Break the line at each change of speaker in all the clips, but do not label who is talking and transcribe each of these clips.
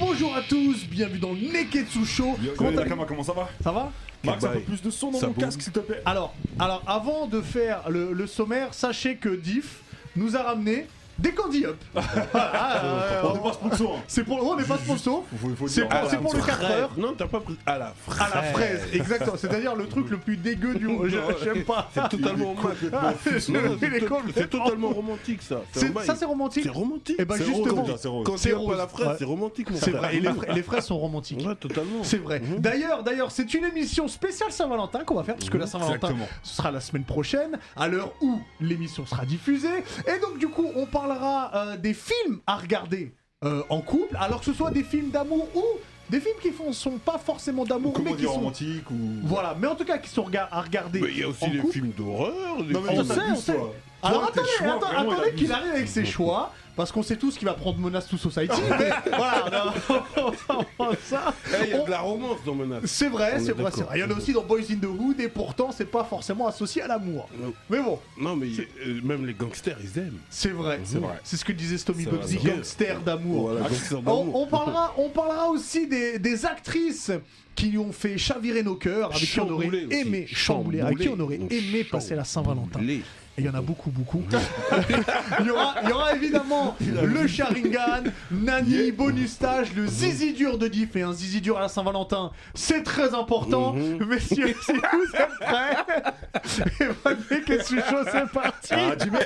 Bonjour à tous, bienvenue dans le Neketsu Show.
Yo,
Comment
salut
t'as-
Nakama, comment ça va
Ça va
Max, un peu
bye.
plus de son dans
Ça
mon
boum.
casque, s'il te plaît.
Alors, alors, avant de faire le, le sommaire, sachez que Diff nous a ramené des candy up. Voilà, euh,
on n'est pas sponsor. hein.
c'est pour, on n'est pas sponsor.
Faut- faut
C'est
dire.
pas-
Ah,
c'est pour le 4 heures.
Non, t'as pas pris. À la
À
fraise.
la fraise, exactement. C'est-à-dire le truc le plus dégueu du monde. Je- J'aime pas.
C'est totalement romantique.
Ah, je
Non,
le
non,
fais
C'est
les
to-
combles.
c'est totalement romantique ça.
C'est-
un bail.
ça, c'est romantique
C'est romantique.
Eh ben,
C'est
justement.
rose, déjà.
C'est rose.
Quand
C'est
c'est pas
rose.
la fraise,
Ouais.
c'est romantique mon
C'est
frère.
vrai, et les, fra- les fraises sont romantiques.
Ouais, totalement.
C'est vrai.
Mhm.
D'ailleurs, d'ailleurs, c'est une émission spéciale Saint-Valentin qu'on va faire puisque la Saint-Valentin
Exactement.
ce sera la semaine prochaine, à l'heure où l'émission sera diffusée. Et donc du coup, on parlera euh, des films à regarder euh, en couple, alors que ce soit des films d'amour ou des films qui ne sont pas forcément d'amour, mais
Comment
qui
dire
sont
romantique ou.
voilà, mais en tout cas qui sont rega- à regarder.
Mais il y a aussi
en
des
couple.
films d'horreur. des
Non, mais
films-
On
on
sait, on sait. Alors attendez, atten- attendez qu'il
a.
arrive avec ses choix, parce qu'on sait tous qu'il va prendre Menace to Society, mais voilà, on va- on va- ça.
Eh, Il y a
on-
de la romance dans Menace.
C'est vrai,
On
c'est
est
vrai, c'est
d'accord.
vrai. Il y en a aussi dans Boys in the Hood, et pourtant c'est pas forcément associé à l'amour.
Non.
Mais bon,
Non, mais euh, même les gangsters, ils aiment.
c'est vrai, c'est
Mhm.
vrai. C'est ce que disait Stomy
C'est vrai,
Bugsy,
c'est vrai.
gangster d'amour.
Voilà, gangsters
On,
Ah, d'amour.
on parlera, on parlera aussi des, des actrices qui ont fait chavirer nos cœurs, avec qui on aurait
Chambouler aussi.
aimé chambouler, avec qui on aurait aimé passer la Saint-Valentin. Et
Les-
il y en a beaucoup, beaucoup. il, y aura, il y aura évidemment le Sharingan, Nani, bonus stage, le zizi dur de Diff et un zizi dur à la Saint-Valentin. C'est très important.
Mm-hmm.
Messieurs, si vous êtes prêts, et votre Neketsu Show, c'est parti.
Ah, Jimmy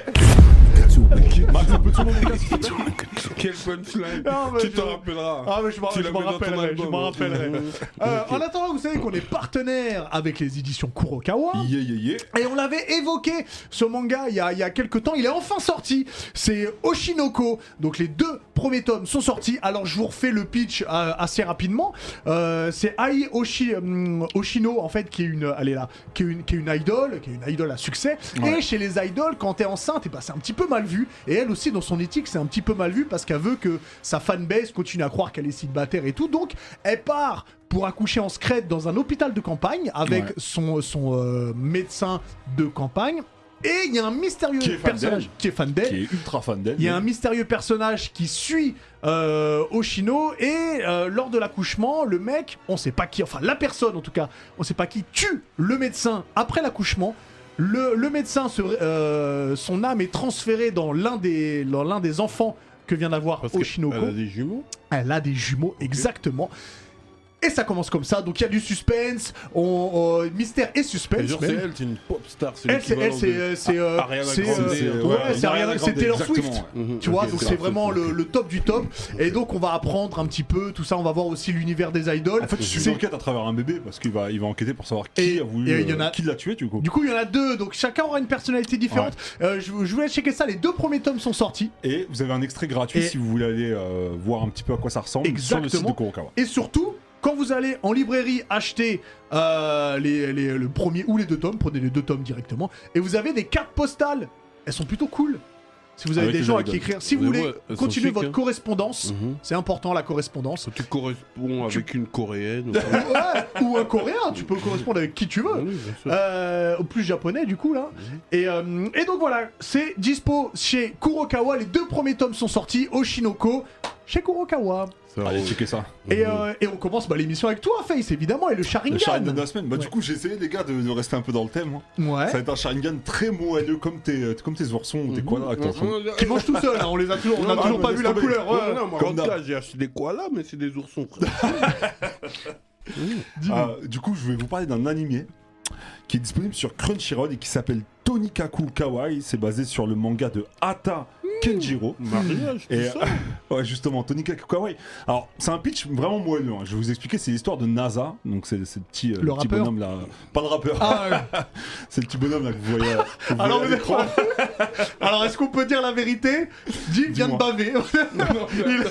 Max, un peu de son dans mon casque, s'il te plaît.
Quel punchline
Non, mais
Tu
je-
t'en rappelleras.
Ah mais je m'en
Tu l'as
je m'en
mis dans ton
rappellerai, je
album,
m'en
hein.
rappellerai.
Mhm.
Euh, En attendant, vous savez qu'on est partenaire avec les éditions Kurokawa.
Yeah, yeah, yeah.
Et on l'avait évoqué, ce manga, il y a, il y a quelques temps, il est enfin sorti. C'est Oshinoko. Donc les deux premiers tomes sont sortis. Alors je vous refais le pitch euh, assez rapidement. Euh, c'est Ai Oshi, hum, Oshino, en fait, qui est une, elle est là, qui est une, qui est une idole, qui est une idole à succès. Et chez les idoles, quand t'es enceinte, eh ben, c'est un petit peu mal vu. Et elle aussi, dans son éthique, c'est un petit peu mal vu parce qu'elle veut que sa fanbase continue à croire qu'elle est célibataire et tout. Donc elle part pour accoucher en secrète dans un hôpital de campagne avec
Ouais.
son, son euh, médecin de campagne. Et il y a un mystérieux
Qui est fan
personnage
d'elle.
qui est fan d'elle.
Qui est ultra fan d'elle.
Il y a un mystérieux personnage qui suit euh, Oshino et euh, lors de l'accouchement, le mec, on sait pas qui, enfin la personne en tout cas, on sait pas qui, tue le médecin après l'accouchement. Le, le médecin, se ré- euh, son âme est transférée dans l'un des, dans l'un des enfants que vient d'avoir
Parce euh, qu'elle
Oshinoko.
a des jumeaux.
Elle a des jumeaux, exactement. Et ça commence comme ça, donc il y a du suspense, on, euh, mystère et
Et
suspense.
genre, c'est
même.
elle, c'est une pop star.
Elle, c'est elle, c'est euh, c'est euh,
Ah, Ariana
c'est,
Grande,
euh,
c'est, euh,
ouais,
ouais,
c'est Ariana-
Grande,
c'est Taylor
exactement,
Swift.
ouais.
euh,
Mhm.
Tu vois, donc c'est vraiment
le
le, le top du top. Et donc on va apprendre un petit peu tout ça, on va voir aussi l'univers des idoles.
En fait, je suis
C'est-
enquête à travers un bébé parce qu'il va, il va enquêter pour savoir qui
Et-
a voulu.
et il y
euh,
en a-
Qui l'a tué, du coup.
Du coup, il y en a deux, donc chacun aura une personnalité différente. Euh, je, je voulais checker ça, les deux premiers tomes sont sortis.
Et vous avez un extrait gratuit
Et-
si vous voulez aller euh, voir un petit peu à quoi ça ressemble sur le site
Exactement.
de Kurokawa.
Et surtout, quand vous allez en librairie acheter euh, les, les- le premier ou les deux tomes, prenez les deux tomes directement, et vous avez des cartes postales. Elles sont plutôt cool. Si vous avez
Avec
des
les
gens à qui
idoles.
écrire, si vous
Mais
voulez
ouais, elles sont
continuer
chic,
votre
hein.
correspondance,
Mhm.
c'est important la correspondance.
Tu corresponds avec une coréenne. ou-
Ouais, ou un coréen, tu peux correspondre avec qui tu veux.
Oui, bien sûr.
Euh, au plus japonais du coup là. Et, euh, et donc voilà, c'est dispo chez Kurokawa. Les deux premiers tomes sont sortis, Oshinoko, chez Kurokawa.
Ça
Allez,
roule.
checker ça.
Et,
Mmh.
euh, et on commence bah, l'émission avec toi, Face, évidemment, et le
Le Sharingan
Sharingan.
de la semaine. Bah,
Ouais.
du coup, j'ai essayé, les gars, de, de rester un peu dans le thème. hein.
Ouais.
Ça va être un Sharingan très moelleux, comme tes, euh, comme tes oursons
Mm-hmm.
ou tes koalas avec ton chou.
Qui mange tout seul, hein, on les a toujours, on
Non,
a
non,
toujours
mais
pas
laisse
vu la
tomber.
couleur. euh. ouais.
Non, non, moi,
Comme
en tout
d'hab.
cas, j'ai acheté des koalas, mais c'est des oursons, frère.
Dis-nous.
Ah, du coup, je vais vous parler d'un animé qui est disponible sur Crunchyroll et qui s'appelle Tonikaku Kawaii. C'est basé sur le manga de Hata
Mm.
Kenjiro.
Ah, Mariage,
Et euh,
tout ça.
ouais, justement, Tonikaku Kawaii. Alors, c'est un pitch vraiment moelleux. hein. Je vais vous expliquer. C'est l'histoire de NASA. Donc, c'est c'est le petit, euh,
Le
petit
rappeur
bonhomme là. Pas le rappeur.
Ah, ouais.
C'est le petit bonhomme là que vous voyez. euh, que vous
Alors,
voyez à
vous êtes-
l'écran.
Alors, est-ce qu'on peut dire la vérité Jim vient de
Dis-moi.
baver. il,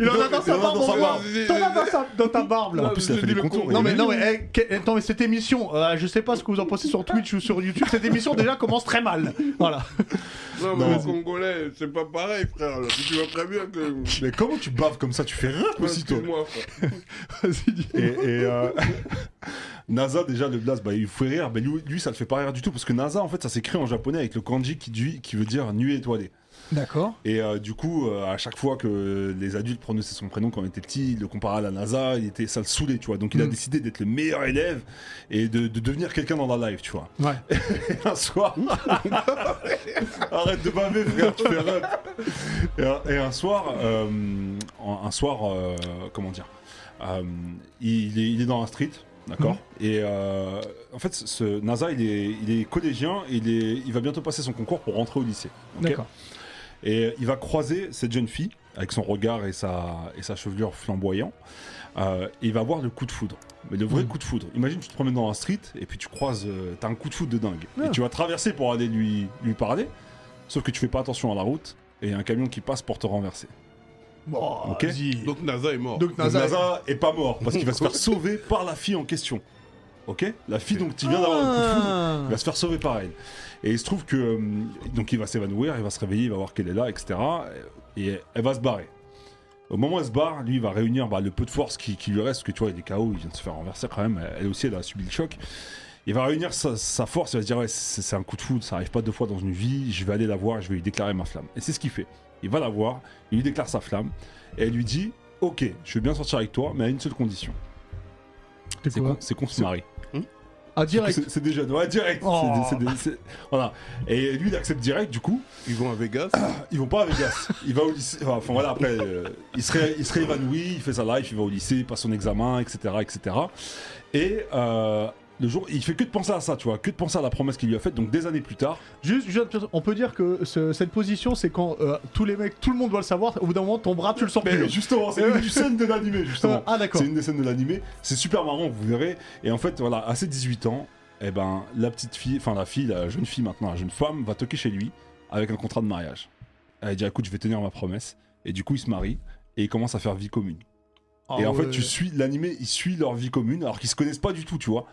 il en a dans sa
il en a
barbe.
dans sa
mon
barbe.
gars. T'en as dans, sa- dans ta barbe là.
En plus, ça
Je
fait
dis
des
le
contours.
con.
vous
Non mais
voyez.
non mais, eh, que- attends, mais cette émission, euh, je sais pas ce que vous en pensez sur Twitch ou sur YouTube, cette émission déjà commence très mal. Voilà.
Non, mais
Non.
le Congolais, c'est pas pareil, frère. là. Tu vois très bien que.
Mais comment tu baves comme ça Tu fais rire aussitôt.
Excuse-moi, frère.
Vas-y, dis.
Et, et, euh, NASA, déjà, le blast, bah, il fait rire. Mais lui, lui, ça le fait pas rire du tout. Parce que NASA, en fait, ça s'écrit en japonais avec le kanji qui, dit- qui veut dire nuit étoilée.
D'accord.
Et euh, du coup, euh, à chaque fois que les adultes prononçaient son prénom quand on était petit, ils le comparaient à la NASA, il était, ça le saoulait, tu vois. Donc il a
Mm.
décidé d'être le meilleur élève et de, de devenir quelqu'un dans la live, tu vois.
Ouais.
Et un soir, arrête de baver, frère, tu fais rap. Et un, et un soir, euh, un soir, euh, comment dire, euh, il, est, il est dans un street. D'accord. Et euh, en fait, ce NASA, il est, il est collégien, et il, est, il va bientôt passer son concours pour rentrer au lycée. ok
D'accord.
et il va croiser cette jeune fille avec son regard et sa, et sa chevelure flamboyant. Euh, et il va avoir le coup de foudre. Mais le vrai coup de foudre. Imagine, tu te promènes dans un street et puis tu croises. euh, T'as un coup de foudre de dingue.
Ah.
Et tu vas traverser pour aller lui, lui parler. Sauf que tu fais pas attention à la route et il y a un camion qui passe pour te renverser.
Bon,
Ok.
vas-y.
Donc NASA est mort.
Donc,
Donc
NASA.
NASA est pas mort parce qu'il va se faire sauver par la fille en question. Ok La fille dont il vient
Ah.
d'avoir le coup de foudre. Il va se faire sauver par elle. Et il se trouve que. euh, donc il va s'évanouir, il va se réveiller, il va voir qu'elle est là, etc. Et elle va se barrer. Au moment où elle se barre, lui, il va réunir bah, le peu de force qui, qui lui reste, parce que tu vois, il est KO, il vient de se faire renverser quand même. Elle aussi, elle a subi le choc. Il va réunir sa, sa force, il va se dire Ouais, c'est c'est un coup de foudre, ça arrive pas deux fois dans une vie, je vais aller la voir, je vais lui déclarer ma flamme. Et c'est ce qu'il fait. Il va la voir, il lui déclare sa flamme, et elle lui dit Ok, je veux bien sortir avec toi, mais à une seule condition
C'est
c'est
quoi
qu'on c'est qu'on se marie.
Ah, direct.
C'est c'est déjà. Ouais, direct.
Oh.
C'est des- c'est des- c'est- voilà. Et lui, il accepte direct, du coup.
Ils vont à Vegas.
Ils vont pas à Vegas. Il va au lycée. Enfin voilà, après, euh, il, serait, il serait évanoui, il fait sa life, il va au lycée, il passe son examen, etc. etc. Et euh, le jour, il fait que de penser à ça, tu vois, que de penser à la promesse qu'il lui a faite. Donc des années plus tard,
Juste, juste, on peut dire que ce- cette position, c'est quand euh, tous les mecs, tout le monde doit le savoir. Au bout d'un moment, ton bras, tu le sens
Mais
plus.
justement, c'est une des scènes de l'animé, justement.
Ah, d'accord.
C'est une des scènes de l'animé. C'est super marrant, vous verrez. Et en fait, voilà, à ses 18 ans, eh ben, la petite fille, enfin la fille, la jeune fille maintenant, la jeune femme, va toquer chez lui avec un contrat de mariage. Elle dit, écoute, je vais tenir ma promesse. Et du coup, ils se marient et ils commencent à faire vie commune.
Ah
et en fait,
ouais.
tu suis l'animé, il suit leur vie commune, alors qu'ils se connaissent pas du tout, tu vois.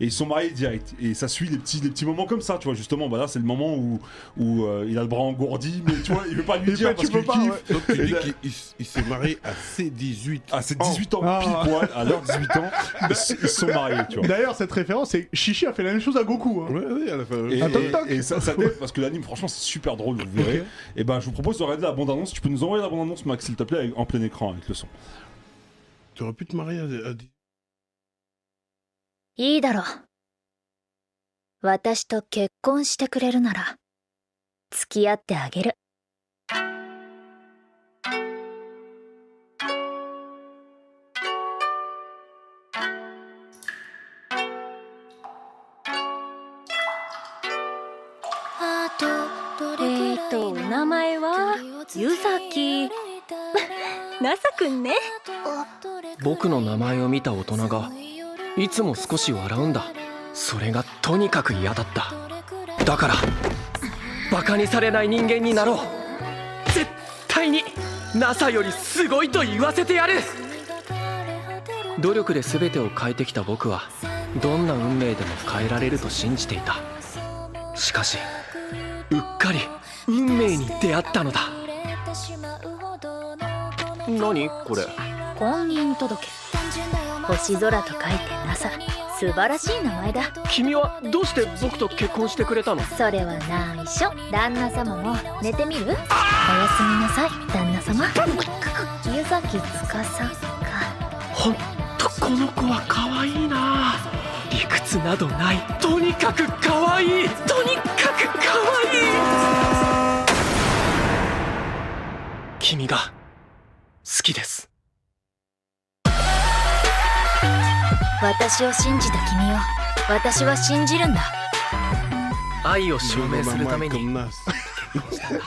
Et ils sont mariés direct. Et ça suit les petits, les petits moments comme ça, tu vois. Justement, bah là, c'est le moment où, où euh, il a le bras engourdi, mais tu vois, il veut pas lui
Mais
dire
pas,
parce
tu peux
qu'il
pas,
kiffe.
ouais.
Donc tu
Et
dis
là-
qu'il il s- il s'est marié à ses 18.
à ses 18 ans
Ah.
pile poil, à leurs 18 ans, ils se- ils se sont mariés, tu vois.
D'ailleurs, cette référence, c'est Chichi a fait la même chose à Goku. hein.
Ouais, ouais, à la fin.
Et,
Un toc-toc.
et- et ça, ça t'aide parce que l'anime, franchement, c'est super drôle, vous verrez.
Ok.
Et ben, je vous propose de regarder la bande-annonce. Tu peux nous envoyer la bande-annonce, Max, s'il te plaît, avec- en plein écran avec le son.
Tu aurais pu te marier à, à 18.
いいだろう。私と結婚してくれるなら、付き合ってあげる。
えーっとお名前はゆさ きな
なさくんね。
僕の名前を見た大人がいつも少し笑うんだそれがとにかく嫌だっただからバカにされない人間になろう絶対に NASA よりすごいと言わせてやる努力で全てを変えてきた僕はどんな運命でも変えられると信じていたしかしうっかり運命に出会ったのだ何これ
婚姻届。星空と書いて NASA。素晴らしい名前だ。
君はどうして僕と結婚してくれたの
それは内緒。旦那様も寝てみるおやすみなさい、旦那様。湯崎司か。
ほんとこの子は可愛いな理屈などないとにかく可愛いとにかく可愛い君が好きです
私を信じた君を、私は信じるんだ。
愛を証明するため
Maman,
に
comme Nas.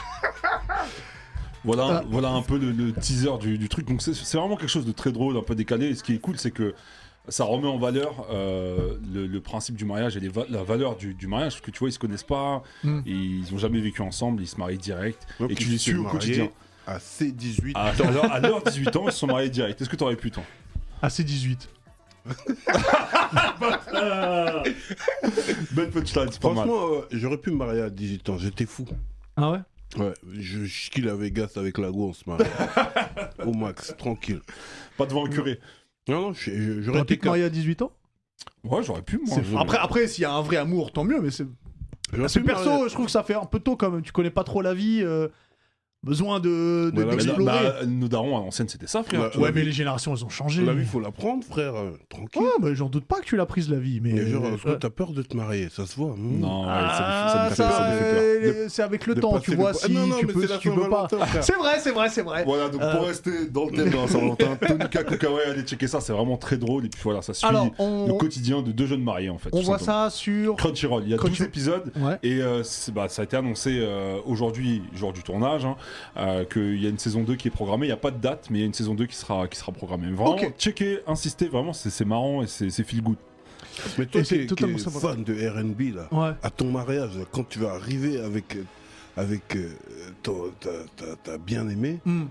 Voilà,
Ah.
voilà un peu le, le teaser du, du truc. Donc, c'est- c'est vraiment quelque chose de très drôle, un peu décalé. Et ce qui est cool, c'est que ça remet en valeur euh, le, le principe du mariage et les va- la valeur du, du mariage. Parce que tu vois, ils se connaissent pas,
Mm.
ils ont jamais vécu ensemble, ils se marient direct.
Donc,
et tu
il
les
s'est
suis au
marié
quotidien. Ah,
À ses 18.
À, à leur- à leurs 18 ans, ils se sont mariés direct. Est-ce que t'aurais pu, toi
Ah, c'est 18.
Belle punchline, c'est pas mal.
Ah. Franchement, euh, j'aurais pu me marier à 18 ans. J'étais fou.
Ah ouais
Ouais, je je kill à Vegas avec la go, on se marie. Au max, tranquille.
Pas devant un curé.
Non, non, je- je- hein. j'aurais
T'aurais
été
pu te
capable.
marier à 18 ans
Ouais, j'aurais pu, moi.
C'est-
je-
Après, après s'il y a un vrai amour, tant mieux, mais c'est.
J'aurais
C'est
pu me marier-
perso, je trouve que ça fait un peu tôt quand même. Tu connais pas trop la vie. euh, besoin de, de-
Voilà, mais
Bah,
d'explorer.
bah, euh, nos darons à l'ancienne, c'était ça, frère.
Bah,
tu
ouais,
vois.
mais les générations, elles ont changé.
La vie, faut la prendre, frère. euh, Tranquille.
Ouais, bah, j'en doute pas que tu l'as prise la vie, mais.
Mais genre, est-ce que
euh,
t'as peur de te marier Ça se voit. hmm.
Non, ouais,
ah,
ça me
ça,
fait- ça me fait- ça me fait peur.
euh, c'est avec le
De
temps,
passer
tu vois,
le- Ah,
si
non, non,
tu
mais
peux,
c'est
si
la
tu
Saint
peux pas.
Valentin, frère.
C'est vrai, c'est vrai, c'est vrai.
Voilà, donc
Euh.
pour rester dans le thème de la Saint-Valentin, Tonika Kokawai, allez checker ça, c'est vraiment très drôle. Et puis voilà, ça suit
Alors,
le
on,
quotidien de deux jeunes mariés en fait.
on
tout
voit
simplement.
ça sur.
Crunchyroll, il y a
Crunchy-
12 épisodes.
Ouais.
Et euh, c'est- bah, ça a été annoncé euh, aujourd'hui, jour du tournage, hein, euh, qu'il y a une saison 2 qui est programmée. Il n'y a pas de date, mais il y a une saison 2 qui sera, qui sera programmée. Vraiment,
Ok.
checker, insister, vraiment, c'est c'est marrant et c'est c'est feel good.
Mais toi,
Et c'est
qui es
totalement ça,
fan de RB, là,
Ouais.
à ton mariage, quand tu vas arriver avec, euh, avec euh, ton- ta, ta- ta bien-aimée,
Hmm.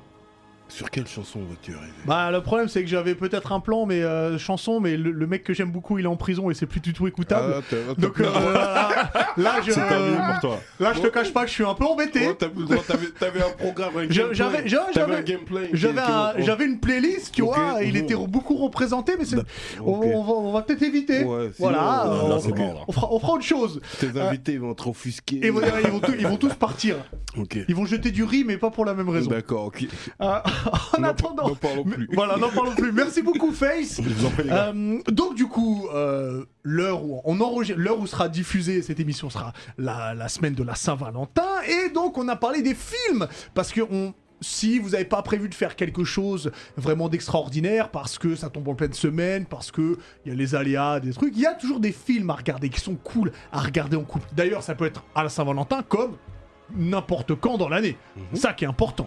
sur quelle chanson vas-tu arriver
Bah le problème c'est que j'avais peut-être un plan mais euh, chanson mais le, le mec que j'aime beaucoup il est en prison et c'est plus du tout écoutable.
Ah, t'as- t'as
Donc
plus le
euh,
droit.
là, là, je
C'est pas mieux pour toi.
là je te cache pas que je suis un peu embêté.
Ouais, t'as plus le droit. T'avais- T'avais un programme, un
J'a- J'avais
gameplay.
j'avais-
T'avais un
j'avais-
gameplay. qui-
j'avais
qui
un-
montre-
j'avais une playlist tu
Ok,
vois et il
bon.
était beaucoup représenté mais c'est- on,
Ok.
on va, on va peut-être éviter.
Ouais, sinon,
voilà,
euh,
on,
là, c'est
on-
mort, là.
on fera, on fera autre chose.
Tes invités ils vont t'offusquer.
Et voilà, ils, vont tous- ils vont tous partir.
Ok.
Ils vont jeter du riz mais pas pour la même raison.
D'accord, ok.
Euh, en attendant,
N'en parlons plus.
voilà n'en parlons plus. Merci beaucoup Face.
Je vous en prie, les gars.
Euh, donc du coup, euh, l'heure où on enregistre, l'heure où sera diffusée cette émission sera la, la semaine de la Saint-Valentin et donc on a parlé des films parce que on si vous n'avez pas prévu de faire quelque chose vraiment d'extraordinaire parce que ça tombe en pleine semaine, parce que il y a les aléas, des trucs, il y a toujours des films à regarder qui sont cool à regarder en couple. D'ailleurs, ça peut être à la Saint-Valentin comme n'importe quand dans l'année.
Mhm.
Ça qui est important.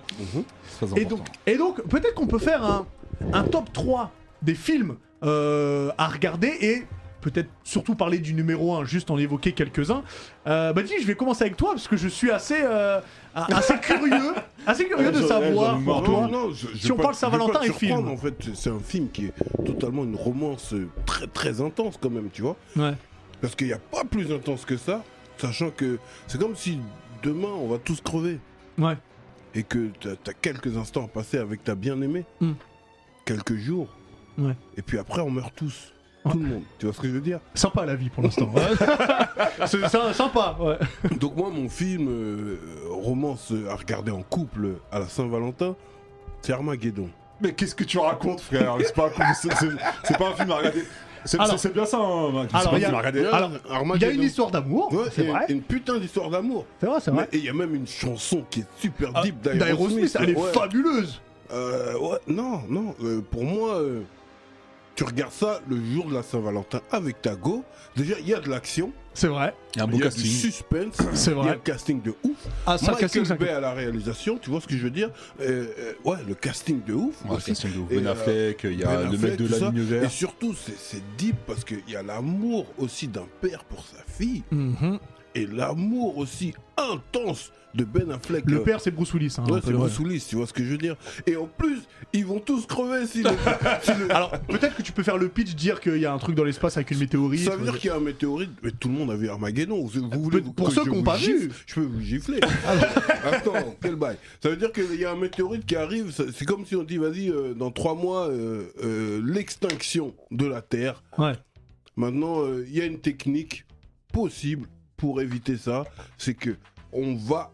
C'est très
Et
important.
donc, et donc peut-être qu'on peut faire un, un top 3 des films euh, à regarder et peut-être surtout parler du numéro 1, juste en évoquer quelques-uns. Euh, bah dis, je vais commencer avec toi parce que je suis assez, euh, a- assez curieux, assez curieux de
Ouais, j'en-
savoir
j'en ai
pour
marre.
toi.
non, je- je
Si
vais
on
pas-
parle
je vais
Saint-Valentin
pas te
et film.
surprendre, En fait, c'est- c'est un film qui est totalement une romance euh, très très intense quand même, tu vois.
Ouais.
Parce qu'il n'y a pas plus intense que ça, sachant que c'est comme si demain on va tous crever
Ouais.
et que t'as as quelques instants à passer avec ta bien-aimée,
Hmm.
quelques jours,
Ouais.
et puis après on meurt tous, tout le monde. Tu vois ce que je veux dire
Sympa la vie pour l'instant. hein. Ouais. C'est sy- sympa. Ouais.
Donc moi, mon film euh, romance à regarder en couple à la Saint-Valentin, c'est Armageddon.
Mais qu'est-ce que tu racontes, frère C'est pas, c'est- c'est- c'est pas un film à regarder. C'est
Alors-
c'est- c'est bien ça, hein, Max C'est
alors,
pas un
il y a-
film à regarder.
Alors, Il y a une histoire d'amour,
Ouais,
c'est
et-
vrai.
et Une putain d'histoire d'amour.
C'est vrai, c'est vrai.
Mais- Et il y a même une chanson qui est super
Ah,
deep
D'Aerosmith, elle est
ouais.
fabuleuse.
Euh, ouais, non, non. euh, pour moi, euh, tu regardes ça le jour de la Saint-Valentin avec ta go. Déjà, il y a de l'action,
C'est vrai.
Il y a un beau
il y a du
casting.
suspense,
C'est
il y a
vrai.
le casting de ouf.
Ah, ça,
Michael
casting, ça-
Bay à la réalisation, tu vois ce que je veux dire Euh, euh, Ouais, le casting de ouf.
Ouais,
aussi.
casting de ouf.
Et,
Ben
euh,
Affleck, il y
Ben
a le
Affleck,
mec de
tout
la
ça.
ligne
Et
verte.
surtout, c'est c'est deep parce qu'il y a l'amour aussi d'un père pour sa fille
Mhm.
et l'amour aussi intense de Ben Affleck.
Le
euh,
père, c'est Bruce Willis. hein,
Ouais,
un peu,
c'est
ouais.
Bruce Willis, tu vois ce que je veux dire. Et en plus, ils vont tous crever si le- si le-
Alors, peut-être que tu peux faire le pitch, dire qu'il y a un truc dans l'espace avec une météorite. Euh,
Ça veut dire qu'il y a un météorite, mais tout le monde a vu Armageddon. Vous, vous voulez
Peut- pour
que
ceux
je
qui ont
vous
pas
gifle
vu.
Je peux vous gifler. Alors, attends, quel bail. Ça veut dire qu'il y a un météorite qui arrive. ça- C'est comme si on dit, vas-y, euh, dans trois mois, euh, euh, l'extinction de la Terre.
Ouais.
Maintenant, euh, il y a une technique possible pour éviter ça. C'est que on va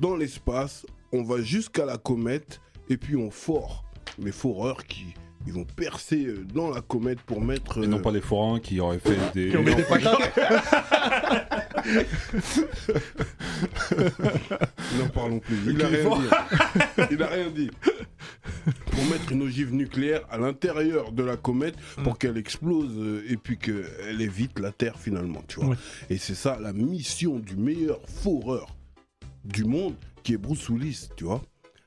dans l'espace, on va jusqu'à la comète, et puis on fort. Les foreurs qui ils vont percer euh, dans la comète pour mettre.
Et non
euh,
pas les forains qui auraient fait des.
Qui ont mis des patates.
N'en parlons plus. Il
Ok,
a rien
bon.
dit. Il a rien dit. Pour mettre une ogive nucléaire à l'intérieur de la comète
Mm.
pour qu'elle explose euh, et puis qu'elle évite la Terre finalement, tu vois.
Ouais.
Et c'est ça la mission du meilleur foreur du monde qui est Bruce Willis, tu vois.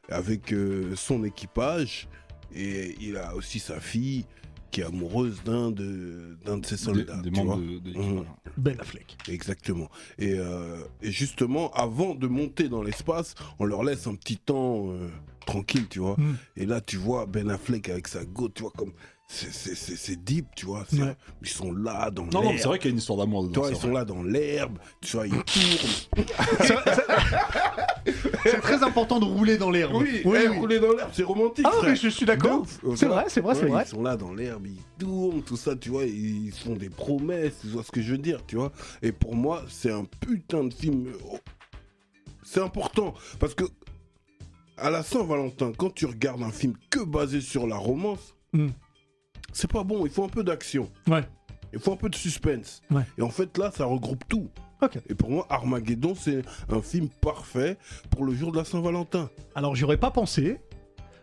Avec euh, son équipage et il a aussi sa fille qui est amoureuse d'un de, d'un de ses
des,
soldats.
des
tu vois.
membres de, de l'équipe,
Mhm.
voilà.
Ben Affleck.
Exactement. Et, euh, et justement, avant de monter dans l'espace, on leur laisse un petit temps euh, tranquille, tu vois.
Mm.
Et là, tu vois Ben Affleck avec sa go, tu vois, comme. c'est- C'est c'est- c'est deep, tu vois. c'est-
Ouais.
Ils sont là dans
Non, non, mais c'est
l'herbe.
vrai qu'il y a une histoire d'amour
Tu
dedans.
vois, ils
c'est
sont là dans l'herbe, tu vois, ils tournent.
C'est très important de rouler dans l'herbe.
eh, rouler dans l'herbe, c'est romantique.
Ah non,
frère.
mais je suis d'accord.
De ouf, euh,
C'est
voilà.
vrai, c'est vrai, c'est
Ouais,
vrai.
Ils sont là dans l'herbe, ils tournent, tout ça, tu vois, ils font des promesses, tu vois ce que je veux dire, tu vois. Et pour moi, oh, c'est un putain de film. euh, C'est important, parce que à la Saint-Valentin, quand tu regardes un film que basé sur la romance,
Hmm.
c'est pas bon. Il faut un peu d'action.
Ouais.
Il faut un peu de suspense.
Ouais.
Et en fait, là, ça regroupe tout.
Ok.
Et pour moi, Armageddon, c'est un film parfait pour le jour de la Saint-Valentin.
Alors j'y aurais pas pensé,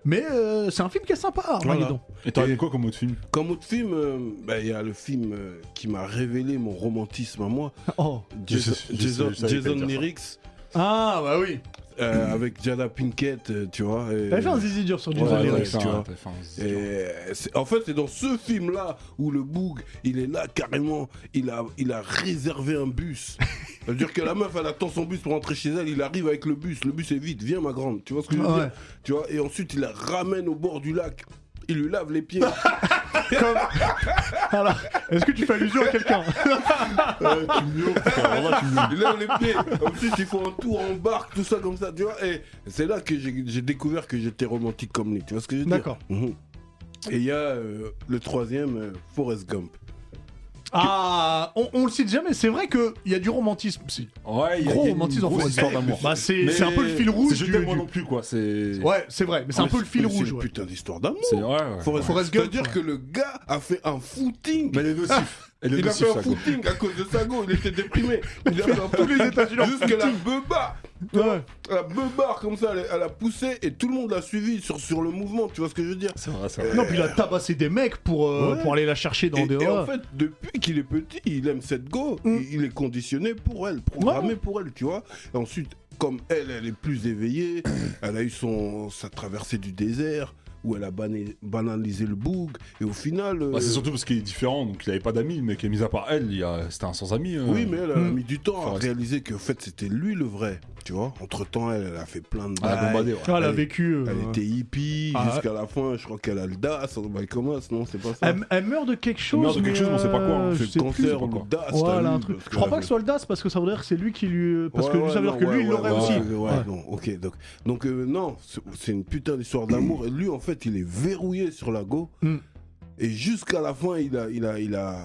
mais euh, c'est un film qui est sympa, Armageddon.
Et t'as regardé quoi comme autre film
Comme autre film, euh, bah, il y a le film euh, qui m'a révélé mon romantisme à moi,
Oh.
Je
Jason,
sais- je sais-
Jason,
je savais pas
Jason
dire ça.
Lyrics,
Ah bah oui.
euh, avec Jada Pinkett, euh, tu vois. et-
T'avais fait un zizi dur sur du
Ouais,
Jason
ouais,
Lyrics.
tu vois. Et euh, c'est- en fait, c'est dans ce film-là où le Boog, il est là carrément, il a, il a réservé un bus. Ça veut dire que la meuf, elle attend son bus pour rentrer chez elle, il arrive avec le bus, le bus est vide, viens ma grande, tu vois ce que je veux
Ouais.
dire Tu vois, et ensuite il la ramène au bord du lac, il lui lave les pieds.
Comme- Alors, est-ce que tu fais allusion à quelqu'un
Euh, tu me niaises, frère, vraiment, tu me niaises. Il lave les pieds, ensuite il faut un tour en barque, tout ça comme ça, tu vois, et c'est là que j'ai j'ai découvert que j'étais romantique comme lui, tu vois ce que je veux dire
D'accord.
Mhm. Et il y a euh, le troisième, euh, Forrest Gump.
Ah, on, on le cite jamais. C'est vrai qu'il y a du romantisme. Si.
Ouais, il y a-
Gros
il y a une
romantisme
grosse
en
histoire
France.
d'amour.
Bah, c'est-
Mais
c'est un peu le fil rouge
c'est Je
du-
t'aime moi
du-
non plus, quoi. C'est.
Ouais, c'est vrai. Mais c'est un
Mais
peu le fil
mais c'est
rouge.
une
ouais.
putain d'histoire d'amour.
C'est. Ouais, ouais.
Forrest,
Forrest Gump,
C'est-à-dire
ouais.
que le gars a fait un footing.
Mais les nocifs. Et les
il a
nocifs,
fait un
ça, quoi.
footing à cause de sa go, il était déprimé. Il a fait un tous les États-Unis. Jusque la beuba,
Ouais.
la beubar comme ça, elle, elle a poussé et tout le monde l'a suivi sur, sur le mouvement. Tu vois ce que je veux dire
C'est vrai, c'est vrai.
Non, puis il a tabassé des mecs pour, euh,
Ouais.
pour aller la chercher dans
et,
des.
et en
ouais.
fait, depuis qu'il est petit, il aime cette go.
Mm.
Il, il est conditionné pour elle, programmé pour elle, tu vois. Et ensuite, comme elle, elle est plus éveillée, elle a eu son, sa traversée du désert où elle a bané- banalisé le boug. Et au final. euh,
Bah, c'est surtout parce qu'il est différent, donc il avait pas d'amis, mais que mis à part elle, il y a- c'était un sans ami. euh.
Oui, mais elle a
Hmm.
mis du temps à
Forrest.
réaliser que en fait c'était lui le vrai. Tu vois, entre temps, elle, elle a fait plein de
Ah, la
bails.
bombardée, ouais.
Tu vois, elle a
elle-
vécu. euh,
Elle
ouais.
était hippie
Ah,
jusqu'à la fin. Je crois qu'elle a le DAS. on va comment Non, c'est pas ça.
Elle, elle meurt de quelque chose.
Elle meurt de quelque
mais,
chose, on sait pas quoi, on
euh,
sait
Ah, je
C'est
sais
le cancer
plus,
ou le DAS.
plus. Ouais,
t'as
elle a
lu,
un truc.
parce
Je crois
qu'elle
pas que ce soit le DAS parce que ça voudrait dire que c'est lui qui lui. euh, Parce que
Ouais,
lui, ça veut
ouais,
dire que
non,
lui,
ouais,
il l'aurait
ouais,
aussi.
ouais, ouais,
Ouais.
non, ok, donc, donc euh, non, c'est- c'est une putain d'histoire d'amour. Et lui, en fait, il est verrouillé sur la go.
Mm.
Et jusqu'à la fin, il a, il a, il a,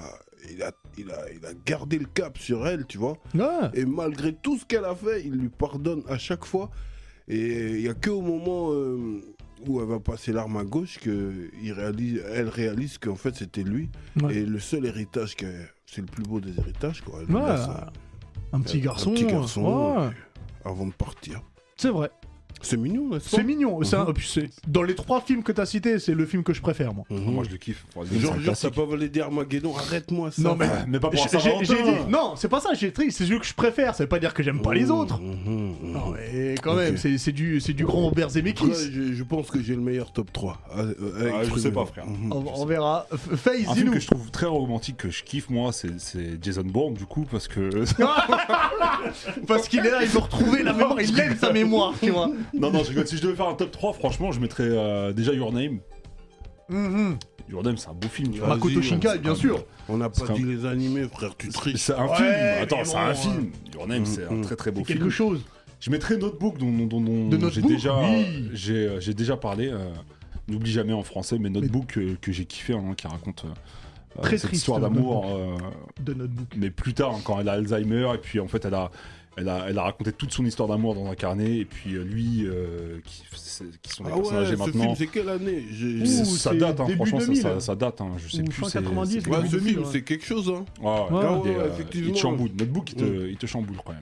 il a, il a, il a gardé le cap sur elle, tu vois.
Ouais.
Et malgré tout ce qu'elle a fait, il lui pardonne à chaque fois. Et il n'y a que au moment euh, où elle va passer l'arme à gauche que il réalise, elle réalise qu'en fait c'était lui.
Ouais.
Et le seul héritage, que, c'est le plus beau des héritages. Quoi. Elle
Ouais,
laisse un-
Un petit garçon.
Un petit garçon
ouais.
euh, avant de partir.
C'est vrai.
C'est mignon, n'est-ce pas
C'est mignon. c'est un-
Mhm.
puis c'est- Dans les trois films que t'as cités, c'est le film que je préfère, moi.
Mhm.
Moi, je le kiffe. Enfin, c'est un
Genre, genre, t'as
classique.
pas validé Armageddon, arrête-moi ça.
Non, mais-
Ouais, Mais pas pour un hein.
J'ai- j'ai- j'ai
Saint-Valentin.
dit- non, c'est pas ça, j'ai tri, c'est celui que je préfère, ça veut pas dire que j'aime pas les autres.
Mhm, mhm.
Non, mais quand
Ok.
même, c'est c'est du, c'est du grand
Après,
Berzemékis.
je, je pense que j'ai le meilleur top 3. Ah, euh,
Ah, je sais pas, frère.
Mhm.
On, on verra. F- Faye,
Un film
dis-nous.
que je trouve très romantique, que je kiffe moi, c'est c'est Jason Bourne du coup, parce que.
Parce qu'il est là, ils ont retrouvé la mémoire, il aime sa mémoire, tu vois.
non, non, je rigole. Si je devais faire un top 3, franchement, je mettrais euh, déjà Your Name.
Mm-hmm.
Your Name, c'est un beau film, tu vois.
Makoto
Vas-y,
Shinkai,
c'est
bien
un-
sûr.
On n'a
C'est
pas dit les animés, frère, tu triches.
C'est un
Ouais,
film.
mais
Attends,
bon,
c'est un
euh,
film. Your Name, c'est un
mm,
très très beau film.
Quelque chose.
Je mettrai Notebook dont, dont, dont- dont
De
j'ai
Notebook,
déjà,
oui.
j'ai, euh, j'ai déjà parlé. euh, N'oublie jamais en français, mais Notebook euh, que j'ai kiffé, hein, qui raconte euh,
Très
cette
triste, hein.
histoire d'amour. euh,
De notebook.
mais plus tard, hein, quand elle a Alzheimer, et puis en fait, elle a, elle a, elle a raconté toute son histoire d'amour dans un carnet, et puis euh, lui, euh, qui, c'est- qui sont les
Ah ouais,
personnages
ce film,
maintenant.
c'est quelle année J'ai-
Ouh,
c'est-
c'est
ça date, hein,
début
franchement, ça-
2000.
ça, ça date, hein, je sais
Ou
plus.
fin
c'est-
90,
c'est-
ouais.
Ouais, ce
2000,
film,
ouais.
c'est quelque chose, hein.
Ouais, ouais,
Ouais, Mm.
il est,
ouais,
euh,
effectivement.
Il te chamboule. Notebook, il te, il te chamboule quand même.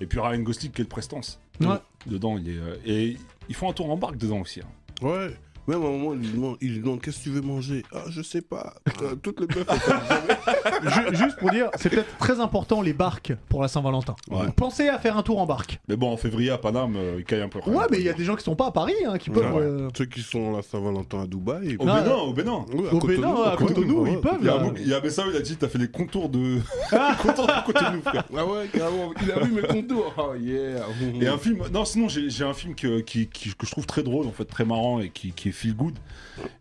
Et puis Ryan Gosling, quelle prestance.
Ouais.
Dedans, il est. euh, et ils font un tour en barque dedans aussi. hein.
Ouais. Même à un moment, il lui demande, il lui demande qu'est-ce que tu veux manger Ah, je sais pas. Putain, Toutes les meufs. elles savent jamais.
Ju- juste pour dire, c'est peut-être très important les barques pour la Saint-Valentin.
Ouais.
Pensez à faire un tour en barque.
Mais bon, en février à Paname, euh, il caille un peu.
Ouais, mais il y a des gens qui sont pas à Paris, hein, qui peuvent.
Ouais.
euh,
Ceux qui sont à la Saint-Valentin à Dubaï.
Au
Ah,
Bénin, au Bénin.
Ouais,
Au Bénin,
Cotonou,
à Cotonou,
ouais.
ils peuvent, hein.
Il y a,
là.
un mec- il y a Bessao, il a dit T'as fait les contours de. les contours de Cotonou, frère.
Ah ouais, carrément. Il a vu mes contours. Oh yeah.
Et un film, non, sinon j'ai j'ai un film que, qui- qui- que je trouve très drôle, en fait, très marrant et qui, qui est feel good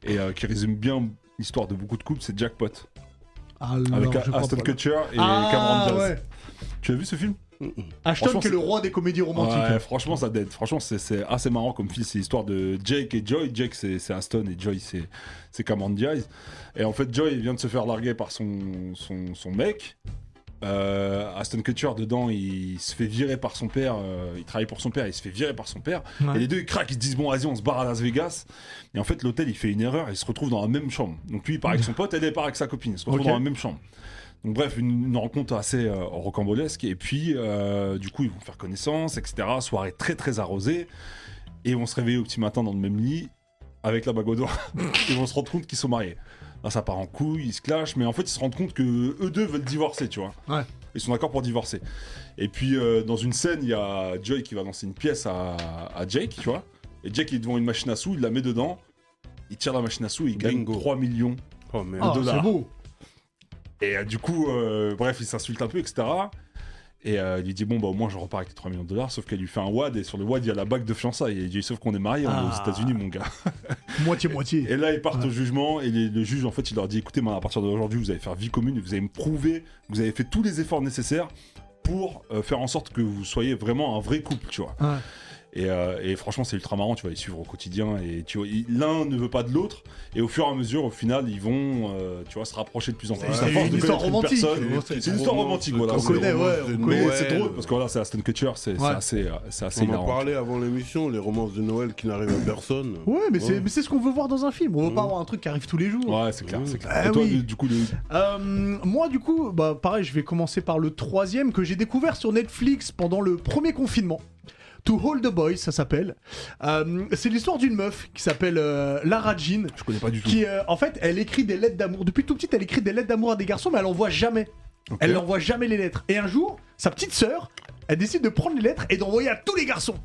et euh, qui résume bien l'histoire de beaucoup de couples, c'est Jackpot
Alors,
avec
je crois
Aston
pas.
Kutcher et
Ah,
Cameron Diaz.
ouais.
Tu as vu ce film
Ashton,
Franchement,
qui est le roi des comédies romantiques.
Ouais, franchement, ça date. Franchement, c'est- c'est assez marrant comme film. C'est l'histoire de Jake et Joy. Jake, c'est c'est Aston et Joy, c'est c'est Cameron Diaz. Et en fait, Joy il vient de se faire larguer par son, son, son mec. Euh, Aston Kutcher dedans, il se fait virer par son père. euh, il travaille pour son père, il se fait virer par son père.
Ouais.
Et les deux ils craquent, ils se disent bon vas-y on se barre à Las Vegas. Et en fait l'hôtel il fait une erreur, il se retrouve dans la même chambre. Donc lui il part avec son pote, elle elle part avec sa copine, ils se retrouvent
Ok.
dans la même chambre. Donc bref une, une rencontre assez euh, rocambolesque. Et puis euh, du coup ils vont faire connaissance, etc. Soirée très très arrosée. Et on se réveille au petit matin dans le même lit avec la bague au doigt. et on se rend compte qu'ils sont mariés. Là, ça part en couille, ils se clashent, mais en fait ils se rendent compte que eux deux veulent divorcer, tu vois.
Ouais.
Ils sont d'accord pour divorcer. Et puis, euh, dans une scène, il y a Joy qui va lancer une pièce à, à Jake, tu vois. Et Jake, il est devant une machine à sous, il la met dedans, il tire la machine à sous, il gagne
Bingo.
3 millions.
Oh merde.
Ah,
dollar.
c'est beau.
Et euh, du coup, euh, bref, il s'insulte un peu, etc. Et euh, il lui dit, bon, bah au moins je repars avec les 3 millions de dollars, sauf qu'elle lui fait un WAD, et sur le WAD, il y a la bague de fiançailles. Et il dit, sauf qu'on est mariés, on est
Ah.
aux États-Unis, mon gars.
Moitié-moitié.
Et là, ils partent au jugement et les- le juge, en fait, il leur dit écoutez, maintenant, à partir d'aujourd'hui, vous allez faire vie commune, vous allez me prouver que vous avez fait tous les efforts nécessaires pour euh, faire en sorte que vous soyez vraiment un vrai couple, tu vois.
Ouais.
Et, euh, et franchement, c'est ultra marrant, tu vas les suivre au quotidien et tu vois, ils- l'un ne veut pas de l'autre et au fur et à mesure, au final, ils vont, euh, tu vois, se rapprocher de plus en plus.
C'est
À force
une
de
histoire
connaître
romantique.
personne,
Bon,
C'est une histoire romantique, voilà.
On
c'est-
connaît, ouais, on
Mais
connaît.
c'est drôle parce que voilà, c'est Aston Kutcher, c'est c'est
Ouais.
assez, euh, c'est assez
On en
hilarant.
parlait avant l'émission, les romances de Noël qui n'arrivent à personne.
Ouais, mais c'est mais c'est ce qu'on veut voir dans un film. On veut pas
Mm.
avoir un truc qui arrive tous les jours.
Ouais, c'est clair, c'est clair.
Ah
et toi,
oui.
du coup, le-
Euh, moi, du coup, bah, pareil, je vais commencer par le troisième que j'ai découvert sur Netflix pendant le premier confinement. To Hold the Boy, ça s'appelle. Euh, c'est l'histoire d'une meuf qui s'appelle euh, Lara Jean.
je connais pas du tout.
Qui, euh, en fait, elle écrit des lettres d'amour. Depuis tout petite, elle écrit des lettres d'amour à des garçons, mais elle envoie jamais. Elle n'envoie jamais les lettres. Et un jour, sa petite sœur, elle décide de prendre les lettres et d'envoyer à tous les garçons.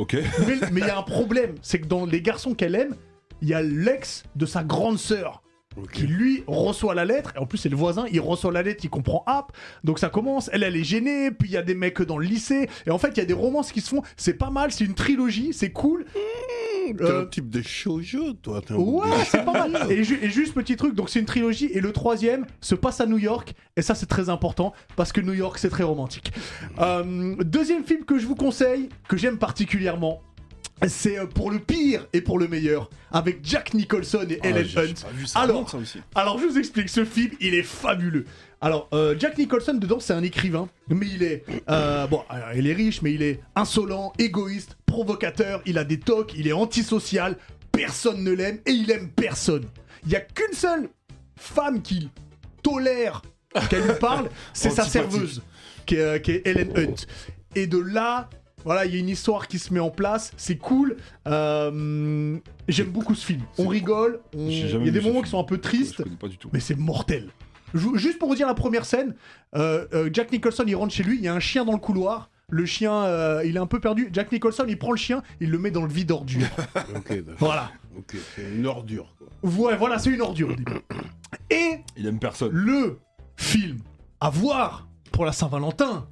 Ok.
Mais mais il y a un problème, c'est que dans les garçons qu'elle aime, il y a l'ex de sa grande sœur qui lui reçoit la lettre. Et en plus, c'est le voisin, il reçoit la lettre, il comprend hop. Donc ça commence, elle, elle est gênée, puis il y a des mecs dans le lycée. Et en fait, il y a des romances qui se font. C'est pas mal, c'est une trilogie, c'est cool.
Mmh.
T'es
Euh,
un type de shoujo, toi. t'es un
Ouais,
bouc de-
c'est pas mal. Et, ju- et juste petit truc, donc c'est une trilogie et le troisième se passe à New York et ça c'est très important parce que New York c'est très romantique. Euh, deuxième film que je vous conseille, que j'aime particulièrement, c'est euh, pour le pire et pour le meilleur avec Jack Nicholson et Ellen
j'ai- j'ai
Hunt. Alors, alors je vous explique, ce film il est fabuleux. Alors euh, Jack Nicholson dedans c'est un écrivain, mais il est euh, bon, euh, il est riche, mais il est insolent, égoïste, provocateur. Il a des tocs, il est antisocial. Personne ne l'aime et il aime personne. Il y a qu'une seule femme qu'il tolère, qu'elle lui parle, c'est sa
Antipathique.
serveuse, qui est, euh, qui est Helen Hunt. Et de là, voilà, il y a une histoire qui se met en place, c'est cool. Euh, J'aime beaucoup ce film. On rigole, on-
J'ai
il
jamais
y a
vu
des
ce
moments
film.
qui sont un peu
Je
tristes,
connais pas du tout.
mais c'est mortel. Jou- Juste pour vous dire la première scène, euh, euh, Jack Nicholson il rentre chez lui, il y a un chien dans le couloir. Le chien, euh, il est un peu perdu. Jack Nicholson, il prend le chien, il le met dans le vide ordure.
Ok, d'accord.
voilà.
Ok, c'est une ordure. quoi.
Ouais, voilà, c'est une ordure. au début. Et
Il aime personne.
le film à voir pour la Saint-Valentin.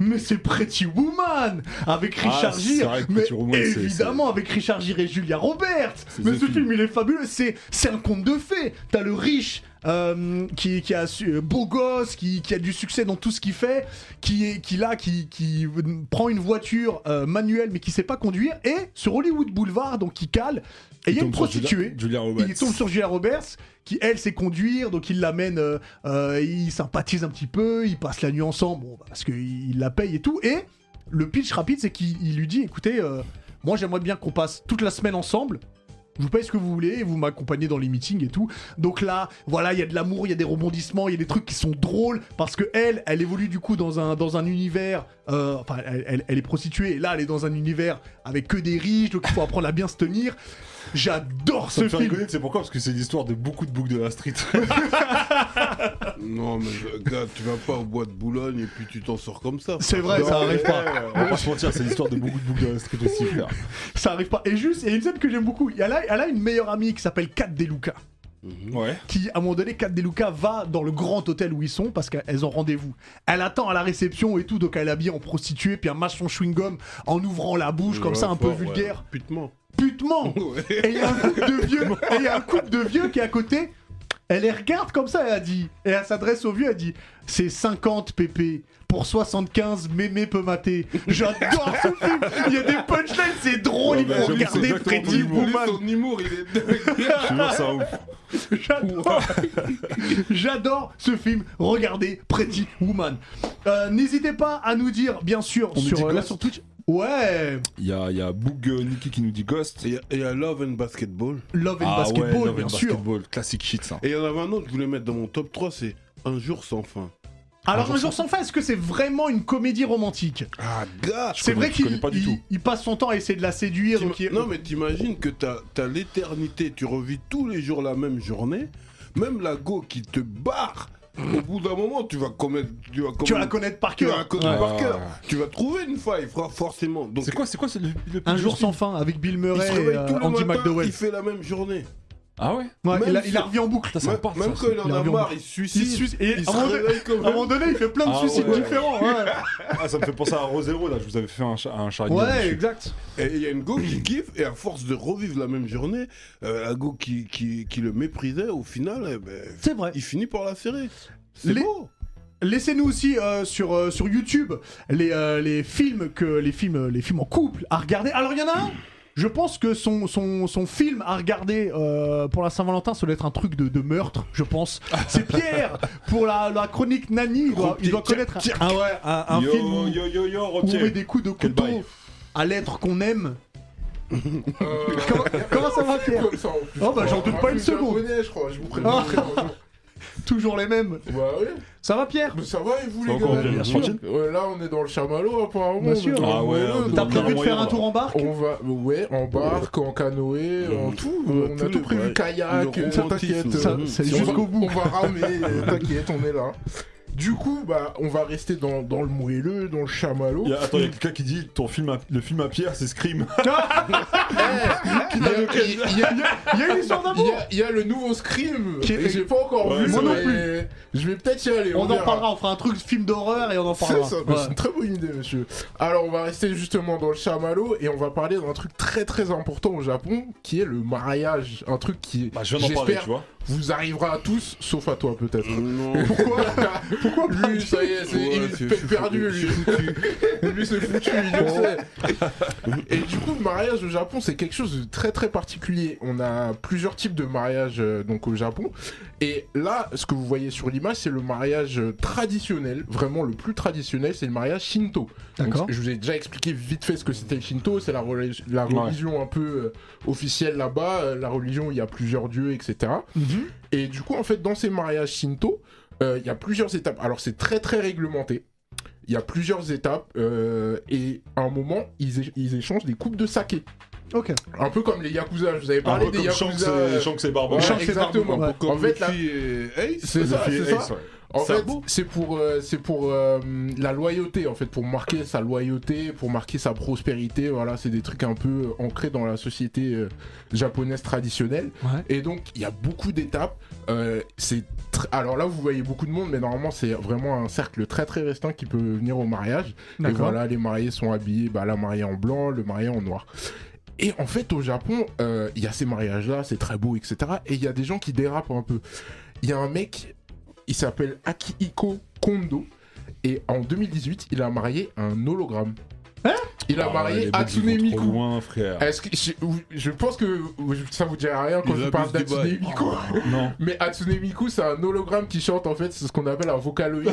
Mais c'est Pretty Woman avec
Ah,
Richard
c'est
Gere,
vrai que
mais
Pretty Woman, c'est-
évidemment avec Richard Gere et Julia Roberts.
C'est
Mais
the
ce
film.
film il est fabuleux, c'est c'est un conte de fées. T'as le riche euh, qui, qui a su- euh, beau gosse, qui, qui a du succès dans tout ce qu'il fait, qui est qui là qui, qui prend une voiture euh, manuelle mais qui sait pas conduire et sur Hollywood Boulevard donc qui cale et il y a une
tombe sur Julia-
prostituée.
Julia Roberts.
Il tombe sur Julia Roberts, qui elle sait conduire, donc il l'amène, euh, euh, il sympathise un petit peu, il passe la nuit ensemble, bon, bah, parce qu'il il la paye et tout. Et le pitch rapide, c'est qu'il il lui dit écoutez, euh, moi j'aimerais bien qu'on passe toute la semaine ensemble. Je vous paye ce que vous voulez, vous m'accompagnez dans les meetings et tout. Donc là, voilà, il y a de l'amour, il y a des rebondissements, il y a des trucs qui sont drôles parce que elle, elle évolue du coup dans un, dans un univers. euh, enfin, elle, elle- elle est prostituée et là, elle est dans un univers avec que des riches, donc il faut apprendre à bien se tenir. J'adore
Ça
ce
me fait
film.
rigoler, c'est pourquoi Parce que c'est l'histoire de beaucoup de boucs de la street.
Non, mais je- gars, tu vas pas au bois de Boulogne et puis tu t'en sors comme ça.
C'est vrai, ça arrive pas.
On va pas se mentir, c'est l'histoire de beaucoup de boucs de la street aussi, frère.
Ça arrive pas. Et juste, il y a une scène que j'aime beaucoup. Elle a, elle a une meilleure amie qui s'appelle Kat Deluca.
Mhm.
Ouais.
Qui, à un moment donné, Kat Deluca va dans le grand hôtel où ils sont parce qu'elles ont rendez-vous. Elle attend à la réception et tout, donc elle est habillée en prostituée, puis elle mâche son chewing-gum en ouvrant la bouche, comme ça, un peu
Ouais,
vulgaire.
ouais, Putement.
Putement Et il y a un couple de vieux, et il y a un couple de vieux qui est à côté. Elle les regarde comme ça, elle a dit. Et elle s'adresse au vieux, elle dit C'est 50 pépé. Pour 75, mémé peut mater. J'adore ce film Il y a des punchlines, c'est drôle,
Ouais,
il
bah,
faut
j'avoue, c'est
regarder
exactement
Freddy
mon humour.
Woman.
Son humour, il est dingue.
Je suis sûr, ça ouf.
J'adore J'adore ce film. Regardez Pretty Woman. Euh, N'hésitez pas à nous dire, bien sûr,
On nous dit
sur, euh, là,
Ghost.
sur Twitch. Ouais,
Il y a, il y a Boog euh, Nikki qui nous dit Ghost.
Il y a- il y a Love and Basketball.
Love and
Ah ouais,
Basketball,
Love and
bien sûr.
Basketball, classique shit ça.
Et il y en avait un autre que je voulais mettre dans mon top 3, c'est Un jour sans fin.
Alors, Un jour sans fin, est-ce que c'est vraiment une comédie romantique
Ah, gars
C'est vrai
connais- je
qu'il
connais pas du
il-
tout.
il passe son temps à essayer de la séduire.
T'im-
donc il-
Non mais t'imagines que t'as as, l'éternité, tu revis tous les jours la même journée, même la go qui te barre, au bout d'un moment tu vas commettre... Tu vas,
tu vas la
commettre-
connaître par
tu vas la
cœur.
connaître
Ouais.
par
Ah.
cœur. Tu vas trouver une faille, fra- forcément. Donc,
C'est quoi, c'est quoi c'est le, le
Un jour sans fin avec Bill
il
Murray
se
et
réveille
euh,
tout le
Andy
matin,
McDowell.
il fait la même journée.
Ah ouais
Ouais,
même
il, a-
si-
il la revient en boucle.
Putain, ça
Même-
me parle.
même
ça,
quand il en
il
a
revient
marre, il se
Il
suicide.
suicide. Et à
Il
un
se
moment-
réveille quand
à un
même.
moment donné, il fait plein de
Ah
suicides
ouais.
différents. Ouais,
Ah, ça me fait penser à Rosero là, je vous avais fait un, cha- un charignol.
Ouais,
dessus.
exact.
Et il y a une go qui kiffe, et à force de revivre la même journée, euh, la go qui, qui, qui le méprisait, au final, eh ben,
C'est vrai.
il finit par la serrer. C'est
Les-
beau
Laissez-nous aussi euh, sur, euh, sur YouTube les, euh, les films que les films euh, les films en couple à regarder. Alors il y en a un. Je pense que son, son, son film à regarder euh, pour la Saint-Valentin, ça doit être un truc de, de meurtre, je pense. C'est Pierre pour la, la chronique Nani. Il doit, il doit connaître un, ah ouais, un, un
yo,
film où,
yo yo yo,
où on met
Rotier.
des coups de
Quel
couteau
bail.
à l'être qu'on aime. comment, comment ça va Pierre
Comme ça, en plus.
Oh, bah, j'en doute
Ah,
pas une
je vous
seconde.
connais, je crois, je vous préviens.
Ah. Toujours les mêmes.
Bah oui,
Ça va Pierre
mais ça va et vous
Ça
les
va encore,
gars
bien sûr. Tranquille
Ouais, Là on est dans le chamallow apparemment.
Bien sûr.
on est dans
Ah
le
ouais,
moelleux,
on est
donc
T'as
dans
on
prévu de
le
va-
moyen,
faire un
là.
tour en barque
On va, ouais, en barque, en canoë, en
Mmh.
tout,
Ouais,
on a
tout,
tout prévu,
ouais.
kayak,
Le
euh,
romantisme.
t'inquiète.
Ah, Ça,
euh,
c'est
on va-
jusqu'au bout.
On va ramer, euh, t'inquiète, on est là. Du coup, bah, on va rester dans, dans le moelleux, dans le chamallow.
Il y a- Attends, il y a quelqu'un qui dit ton film à- le film à Pierre c'est Scream.
Eh, Il y a- il y a-
Il y a une histoire
Il y
d'amour
a- il y, a le nouveau Scream
Qui est-
que j'ai pas encore
Ouais,
vu.
moi
non
mais Je vais peut-être y aller.
On en
verra.
parlera, on fera un truc film d'horreur et on en
C'est
parlera.
ça, mais
Ouais.
c'est une très bonne idée, monsieur. Alors, on va rester justement dans le chamallow et on va parler d'un truc très très important au Japon qui est le mariage. Un truc qui,
Bah, je viens d'en parler,
j'espère,
tu vois.
vous arrivera à tous, sauf à toi peut-être.
Non.
Pourquoi Pourquoi Mm, Lui, ça y est, c'est,
Ouais,
il est
je suis
pe-
foutu,
perdu,
je suis
lui. lui, Oh. c'est foutu, il le sait. Et du coup, le mariage au Japon, c'est quelque chose de très très particulier. On a plusieurs types de mariages euh, donc au Japon. Et là, ce que vous voyez sur l'image, c'est le mariage euh, traditionnel, vraiment le plus traditionnel, c'est le mariage Shinto. Donc,
D'accord.
je vous ai déjà expliqué vite fait ce que c'était le Shinto, c'est la, reli- la religion un peu euh, officielle là-bas, euh, la religion où il y a plusieurs dieux, etc.
Mhm.
Et du coup, en fait, dans ces mariages Shinto, euh, il y a plusieurs étapes. Alors, c'est très très réglementé. Il y a plusieurs étapes euh, et à un moment, ils, é- ils échangent des coupes de saké.
Ok.
Un peu comme les Yakuza, je vous avais
Un
parlé
peu
des
comme Shanks
Yakuza.
et-
euh,
Shanks et Barbe.
ouais,
Shanks et
exactement.
Barbe, ouais.
En fait, la-
Luffy et Ace
c'est ça, c'est ça. En
Ça
fait,
vaut.
c'est pour, euh, c'est pour euh, la loyauté, en fait, pour marquer sa loyauté, pour marquer sa prospérité. Voilà, c'est des trucs un peu euh, ancrés dans la société euh, japonaise traditionnelle.
Ouais.
Et donc, il y a beaucoup d'étapes. Euh, c'est tr- Alors là, vous voyez beaucoup de monde, mais normalement, c'est vraiment un cercle très très restreint qui peut venir au mariage. Et
D'accord.
voilà, les mariés sont habillés, bah, la mariée en blanc, le marié en noir. Et en fait, au Japon, euh, il y a ces mariages-là, c'est très beau, etc. Et il y a des gens qui dérapent un peu. Il y a un mec, il s'appelle Akihiko Kondo. Et en 2018, il a marié un hologramme.
Hein
Il a
Ah, les
marié
mecs, ils
Hatsune
vont trop
Miku.
loin, frère.
Est-ce que je, je pense que ça vous dira rien quand
Ils
je parle
abusent du
d'Hatsune
bail.
Miku.
Oh. Non.
Mais Hatsune Miku, c'est un hologramme qui chante en fait, c'est ce qu'on appelle un vocaloïde.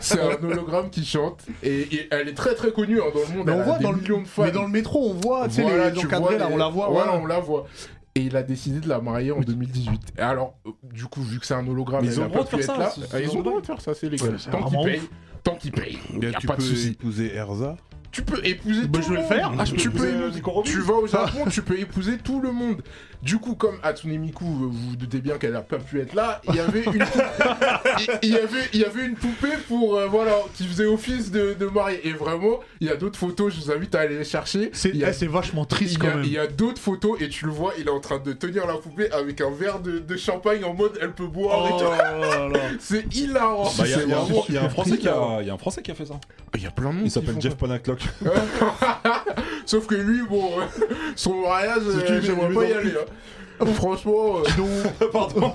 c'est un hologramme qui chante et, et elle est très très connue hein, dans le monde.
Mais
elle
on
a
voit
des
dans
millions
le,
de fans.
mais dans le métro, on voit, Ah, tu sais,
Voilà,
les gens
tu
cadrés,
vois
là,
les-
on la voit.
Voilà,
ouais.
on la voit. Et il a décidé de la marier en 2018. Et alors, euh, du coup, vu que c'est un hologramme,
Mais ils
elle
ont
a
le droit de
pas pu
faire
être
ça,
là.
ce- ce
Ah, ils ont le droit
hologramme.
de faire ça, c'est légal.
c'est
tant
vraiment
qu'ils payent, tant qu'ils payent, y a
tu
pas de
peux
souci.
épouser Erza
Tu peux épouser
Bah,
tout
je vais
le
le
monde.
faire.
Ah, je peux
tu
épouser,
peux
euh, Nico Robin.
Tu vas au Japon, tu peux épouser tout le monde. Du coup, comme Hatsune Miku, euh, vous vous doutez bien qu'elle a pas pu être là, il y avait une poupée, il, il y avait, il y avait une poupée pour euh, voilà qui faisait office de, de mariée. Et vraiment, il y a d'autres photos. Je vous invite à aller les chercher.
C'est
Il y a-
eh, c'est vachement triste
il y
quand
a, il
même.
y a d'autres photos et tu le vois, il est en train de tenir la poupée avec un verre de, de champagne en mode elle peut boire et tout. C'est hilarant.
Oh. Bah, il y a-
C'est
il y a un
vraiment
Fran- il y a un Français qui
hilarant.
a- il y a un Français qui a fait ça.
Il y a plein de monde.
Il
qui
s'appelle
font
Jeff Panaclock.
Sauf que lui, bon, son mariage,
Sauf
euh,
qu'il met-
j'aimerais
il
pas
met
y
dans le
aller. hein. Franchement, euh, non.
Pardon.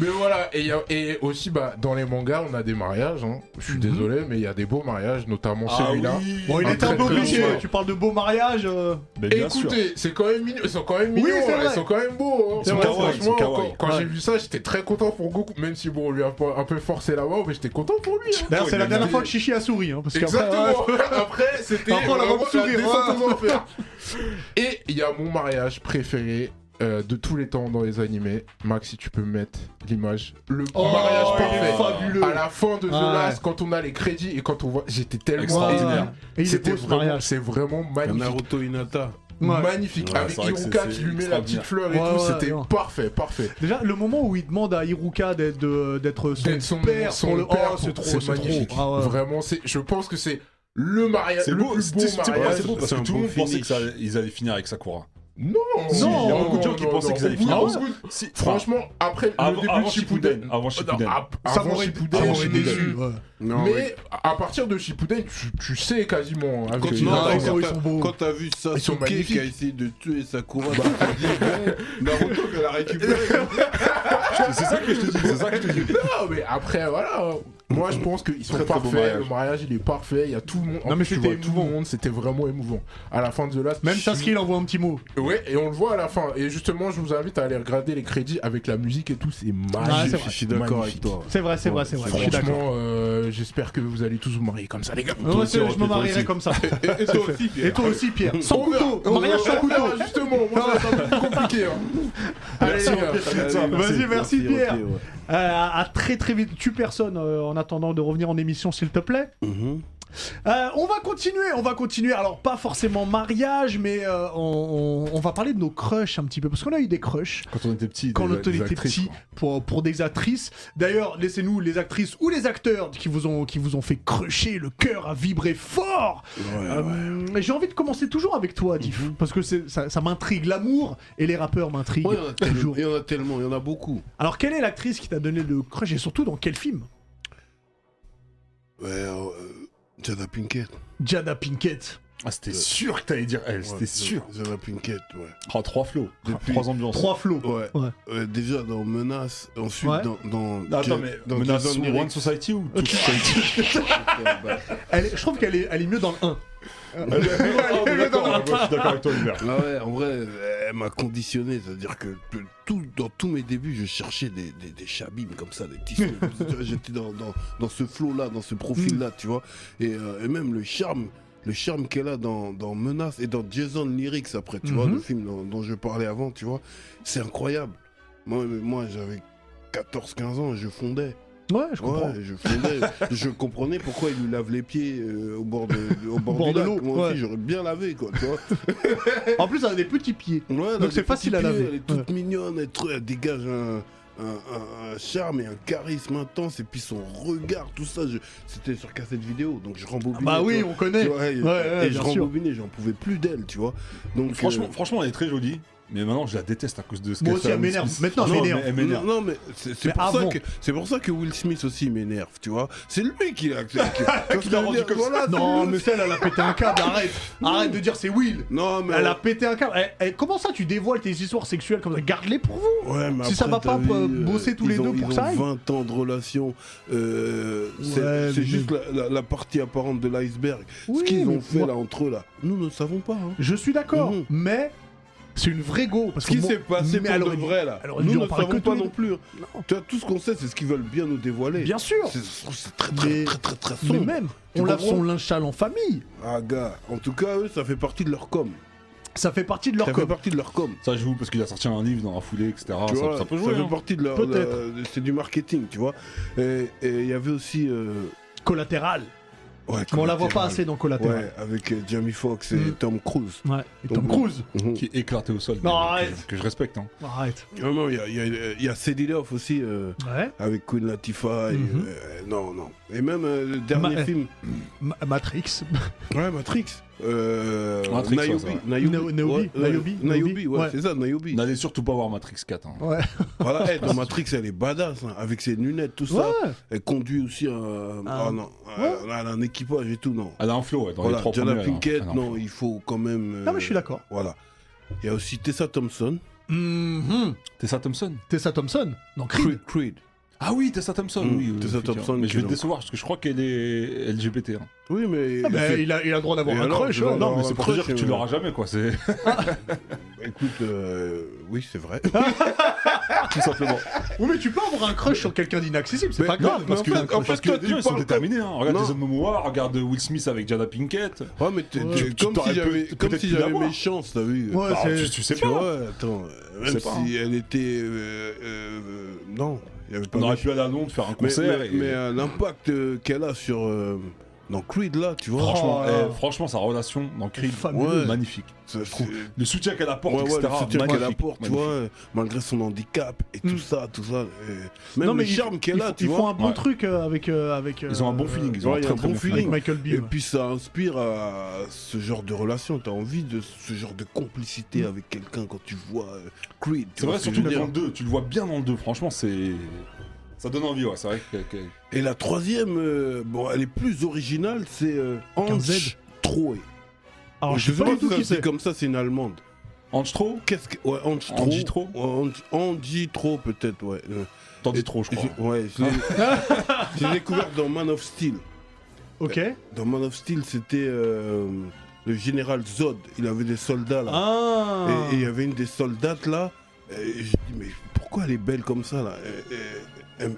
Mais voilà, et, il y a- et aussi, bah, dans les mangas, on a des mariages. hein. Je
Mhm.
suis désolé, mais il y a des beaux mariages, notamment
Ah
celui-là.
Bon, il
Un
est un
très,
peu
très
obligé.
bon choix.
Tu parles de beau mariage. euh,
Mais
Et
bien sûr.
Écoutez, c'est quand même mignon, ils sont quand même
Oui,
mignons,
c'est
hein, ils
vrai.
sont quand même beaux. Hein.
Ils sont
Moi,
kawaii, ils sont
franchement,
kawaii.
quand, quand
Ouais.
j'ai vu ça, j'étais très content pour Goku, même si bon, on lui a pas- un peu forcé la main, mais j'étais content pour lui. hein.
D'ailleurs,
Ouais,
c'est la
mais
dernière
oui.
fois que Chichi a souri. hein, parce qu'après,
Exactement.
ouais.
Après, c'était
Après, on l'a
vraiment
pas sourire,
descente
hein.
aux enfers. Et il y a mon mariage préféré. euh, de tous les temps dans les animés, Max, si tu peux me mettre l'image, le
Oh,
mariage
il est
parfait.
fabuleux.
À la fin de The
Ah ouais.
Last, quand on a les crédits et quand on voit, j'étais tellement
Extraordinaire.
ému.
Et il est
C'était
beau ce
vraiment-
mariage.
C'est vraiment magnifique.
Naruto Inata.
Ouais.
Magnifique,
Ouais,
avec
c'est vrai que
Iruka
c'est-
qui
c'est
lui met la petite fleur et
Ouais,
tout,
ouais,
c'était
non.
parfait, parfait.
Déjà, le moment où il demande à Iruka d'être de- d'être son,
D'être son
père,
son
pour le-
père,
oh, c'est trop, c'est trop.
magnifique.
Ah ouais.
Vraiment, c'est, je pense que c'est le mariage,
C'est
le
beau,
plus
c'est- c'est-
beau
c'est-
mariage.
c'est beau parce
c'est
que
un
tout le
beau
monde pensait
finish.
qu'ils allaient finir avec Sakura.
Oh, Non,
Non,
il y a
non,
beaucoup de gens
qui pensaient qu'ils allaient
Au bout-
finir.
au bout-
Si, enfin,
Franchement, après
av-
le début
avant
de Shippuden,
Shippuden, avant
Non,
Shippuden.
ap-
Ça
avant
m'aurait-
Shippuden,
ça
je
m'aurait
suis
déçu.
déçu.
ouais.
Non,
mais
ouais.
à partir de Shippuden, tu, tu sais quasiment. hein, avec-
Quand, tu
Non,
vois-
ils sont- ils sont beaux.
quand t'as vu
Ils sont
Sasuke
magnifiques.
qui a essayé de tuer Sakura, bah, tu dis, bon, Naruto qu'elle a récupéré.
c'est ça que je te dis, c'est ça que je te dis.
Non, mais après, voilà. hein. Moi, je pense qu'ils sont
Très, très beau
parfaits.
mariage.
le mariage, il est parfait. Il y a tout le monde.
Non, mais
tu
c'était
vois tout le
émouvant.
monde. C'était vraiment émouvant. À la fin de The Last,
Même
je-
Sasuke, il envoie un petit mot.
Ouais, et on le voit à la fin. Et justement, je vous invite à aller regarder les crédits avec la musique et tout. C'est
Ah, c'est
magique.
vrai.
Je suis d'accord avec
Magnifique.
toi.
C'est vrai, c'est vrai, c'est vrai. Je suis d'accord.
Franchement, euh, j'espère que vous allez tous vous marier comme ça, les gars.
Moi, c'est- je me marierai comme ça.
Et toi aussi,
Et toi aussi, Pierre. Sans
On verra.
couteau. Un Mariage sans
Ah,
couteau.
Justement, moi, ça va être compliqué. hein. Allez, les gars.
Vas-y, merci, Pierre. Euh, à, à très très vite. Tue personne euh, en attendant de revenir en émission, s'il te plaît. Euh, on va continuer, on va continuer. Alors, pas forcément mariage, mais euh, on, on- on va parler de nos crushs un petit peu. Parce qu'on a eu des crushs
Quand on était petit,
quand
des-
on
des
était
actrices,
petit
quoi.
pour, pour des actrices. D'ailleurs, laissez-nous les actrices ou les acteurs qui vous ont, qui vous ont fait crusher le cœur à vibrer fort. Euh, J'ai envie de commencer toujours avec toi, Diff, parce que c'est- ça, ça m'intrigue. L'amour et les rappeurs m'intriguent
Ouais, il y en a tellement-
toujours.
il y en a tellement, il y en a beaucoup.
Alors, quelle est l'actrice qui t'a donné le crush et surtout dans quel film
Ouais, euh, Jada Pinkett.
Jada Pinkett.
Ah, c'était sûr que t'allais dire elle, c'était
Ouais,
sûr.
Jada Pinkett, ouais.
Ah, trois flots,
Depuis-
trois ambiances.
Trois flots.
Ouais.
Ouais.
Ouais, déjà dans Menace, ensuite
Ouais.
dans, dans.
Attends, mais
dans
Menace
Jason
One
Lyrics.
Society ou Two Society
Elle est- je trouve qu'elle est, elle est mieux dans le 1.
Ah, mais d'accord, ouais, Je suis d'accord avec toi, Hubert.
Ah ouais, en vrai, elle m'a conditionné, c'est-à-dire que de tout, dans tous mes débuts, je cherchais des, des, des chabim comme ça, des petits sons. Tu vois, J'étais dans, dans, dans ce flow-là, dans ce
Mm.
profil-là, tu vois. Et, euh, et même le charme, le charme qu'elle a dans, dans Menace et dans Jason Lyrics après, tu vois,
Mhm.
le film dont, dont je parlais avant, tu vois. C'est incroyable. Moi, moi j'avais 14-15 ans et je fondais.
Ouais, je comprends.
Ouais, je fondais. je comprenais pourquoi il lui lave les pieds euh, au bord de, au bord
Au bord
du
de
lac.
l'eau,
Moi aussi,
ouais.
j'aurais bien lavé, quoi, tu vois.
En plus, elle a des petits pieds.
Ouais, elle a
Donc
des
c'est facile
petits
à
pieds,
laver.
Elle est toute mignonne, elle, tr- elle dégage un, un- un- un charme et un charisme intense, et puis son regard, tout ça, je- c'était sur cassette vidéo, donc je rembobinais.
Bah oui,
tu vois.
on connaît.
Tu vois, et,
Ouais, ouais,
et je
bien sûr.
rembobinais, j'en pouvais plus d'elle, tu vois. Donc
Franchement,
euh,
franchement, elle est très jolie, mais maintenant je la déteste à cause de ce
Moi
qu'elle
aussi,
fait à
elle
Will
m'énerve.
Smith.
Maintenant, elle
Non,
m'énerve.
mais Elle
non,
m'énerve.
non, mais c'est c'est
Mais
pour, ça
avant.
que- c'est pour ça que Will Smith aussi m'énerve, tu vois. C'est lui qui l'a qui- qui- parce que
l'a
je veux
rendu
dire,
comme ça.
voilà, c'est
Non,
lui.
mais celle, elle a pété un câble. Arrête. Arrête de dire c'est Will.
non, mais
Elle a pété un câble. Eh, eh, comment ça, tu dévoiles tes histoires sexuelles comme ça Garde-les pour vous.
Ouais, mais
Si ça
après,
va
t'as
pas, euh,
vu, euh,
bosser tous les
ils ont-
deux pour
ils
ça,
ont
ils-
20 ans de relation. euh, c'est
Ouais,
c'est
mais-
juste la, la- la partie apparente de l'iceberg.
Oui,
Ce qu'ils
mais
ont fait
moi-
là entre eux là, nous ne savons pas. hein.
Je suis d'accord,
Mhm.
mais c'est une vraie go. Parce
Ce qui
que moi-
s'est passé
mais
pour
elle
de
aurait dû-
vrai là,
elle aurait dû
nous
en
ne
parler que
savons
tous
pas
les
non
deux.
plus. Tu vois, tout ce qu'on sait, c'est ce qu'ils veulent bien nous dévoiler.
Bien sûr.
C'est c'est très très,
Mais-
très très très
Mais
sombre.
même,
Tu
on lave
comprends
son linge sale en famille.
Ah gars, en tout cas eux, ça fait partie de leur com.
Ça fait partie de leur
ça fait
code.
partie de leur com.
Ça joue parce qu'il a sorti un livre dans la foulée, etc.
Tu
ça,
vois,
ça peut jouer.
fait
hein.
partie de leur.
Peut-être.
leur- C'est du marketing, tu vois. Et et il y avait aussi. euh,
Collatéral.
ouais,
Mais on la voit pas
collatéral.
assez dans Collatéral.
Ouais, avec euh, Jamie Foxx et
Mm.
Tom Cruise.
Ouais. Et Tom Cruise.
Mm-hmm.
hein. Qui est éclaté au sol.
Non,
mais-
arrête.
que, que je respecte. Hein.
Arrête.
Non, non, il y a, il y a- il y a Céline Love aussi, euh,
Ouais.
avec Queen Latifah. et,
Mhm.
euh, non, non. Et même euh, le dernier
Ma-
film,
Ma- Matrix.
ouais, Matrix. Euh,
Matrix, ouais,
Niobe.
c'est vrai.
Niobe.
Na- Niobe,
Ouais, ouais,
Niobe,
Niobe,
Niobe,
ouais,
ouais.
c'est ça, Niobe.
N'allez surtout pas voir Matrix 4. hein.
Ouais.
voilà, eh, dans Matrix, elle est badass, hein, avec ses lunettes, tout ça.
Ouais.
Elle conduit aussi un,
Ah.
ah, non, un- un- un équipage et tout, non.
Elle a un flow ouais, dans les
voilà,
trois hein.
Jada
premiers, Ah, elle a un-
Pinkett,
elle a un
non,
flow.
il faut quand
Non,
même.
mais je
euh,
suis d'accord.
Voilà. Il y a aussi Tessa Thompson.
Mhm.
Tessa Thompson.
Tessa Thompson dans Creed.
Ah oui, Tessa Thompson.
Mm,
oui,
Tessa
future.
Thompson
Mais
qui
je vais
est
te
dans-
décevoir parce que je crois qu'elle est LGBT. hein.
Oui, mais.
Ah bah,
c'est-
il, a, il a le droit d'avoir
Et
un
alors,
crush.
je vais
hein.
Non,
Non,
mais
un
c'est pour te
crush,
dire que tu
euh,
l'auras jamais, quoi. C'est
Bah, Écoute, euh, oui, c'est vrai.
Ah tout simplement.
Oui, mais tu peux avoir un crush sur quelqu'un d'inaccessible, c'est
Mais-
pas grave.
mais
parce
en
que
fait-
t'as un
en fait,
crush.
Parce que
toi,
déjà,
tu
ils sont
parles
déterminés. hein. Regarde
Non.
Jason Momoa, regarde Will Smith avec Jada Pinkett.
Ouais, mais t'es-
Ouais.
t'es-
Tu- tu
comme
t'aurais
si j'avais
peut-
comme
peut-être
si
pu
j'avais
l'avoir.
mes chances, t'as vu. Bah,
Ouais,
Ah,
c'est-
tu, tu sais
tu
pas.
vois, attends, euh,
Je sais
même si
pas,
elle était. euh, euh, non, il y avait pas
On
mes
aurait pu aller à Londres faire un
Mais,
concert.
mais-
et-
mais, euh, l'impact euh, qu'elle a sur. euh, dans Creed, là, tu vois. euh,
Franchement,
Oh là là.
eh, franchement, sa relation dans Creed,
Fabuleux.
ouais, magnifique.
ça,
trouve-
c'est-
Le soutien qu'elle apporte,
Ouais, ouais,
etc.
le soutien qu'elle
magnifique,
apporte, tu
magnifique. Hmm.
vois, euh, malgré son handicap et
Mm.
tout ça, tout ça. euh, même
Non,
le
mais ils-
charme qu'elle
ils
a,
font-
tu
Ils
vois.
font un bon
Ouais.
truc euh, avec. euh, avec
Ils ont un
euh,
bon feeling. Ils
ouais,
ont un
il y a
très,
un
très
bon
bon
Avec
feeling.
Michael
Et
Beam.
puis ça inspire à ce genre de relation. T'as envie de ce genre de
Mm.
complicité avec quelqu'un quand tu vois euh, Creed. tu
C'est
vois
vrai,
ce que
surtout
je veux
dans
dire.
le 2. Tu le vois bien dans le 2. Franchement, c'est. Ça donne envie, ouais. C'est vrai que. que-
Et la troisième, euh, bon, elle est plus originale, c'est euh,
Avec un Z.
Ange Troy.
Alors,
je
je sais pas du tout qui
si c'est
c'est.
comme ça, c'est une allemande.
Ange trop
Qu'est-ce que. Ouais, Ange Troy.
Angie trop
Ouais, Ange- Angie Troy, peut-être, ouais. Euh,
T'en dis trop, je
Oh.
crois.
je- ouais, je l'ai-
Ah.
je l'ai découvert dans Man of Steel.
Ok.
Dans Man of Steel, c'était euh, le général Zod. Il avait des soldats là.
Ah
Et et il y avait une des soldates là. Et je dis, mais pourquoi elle est belle comme ça là Et- et- elle-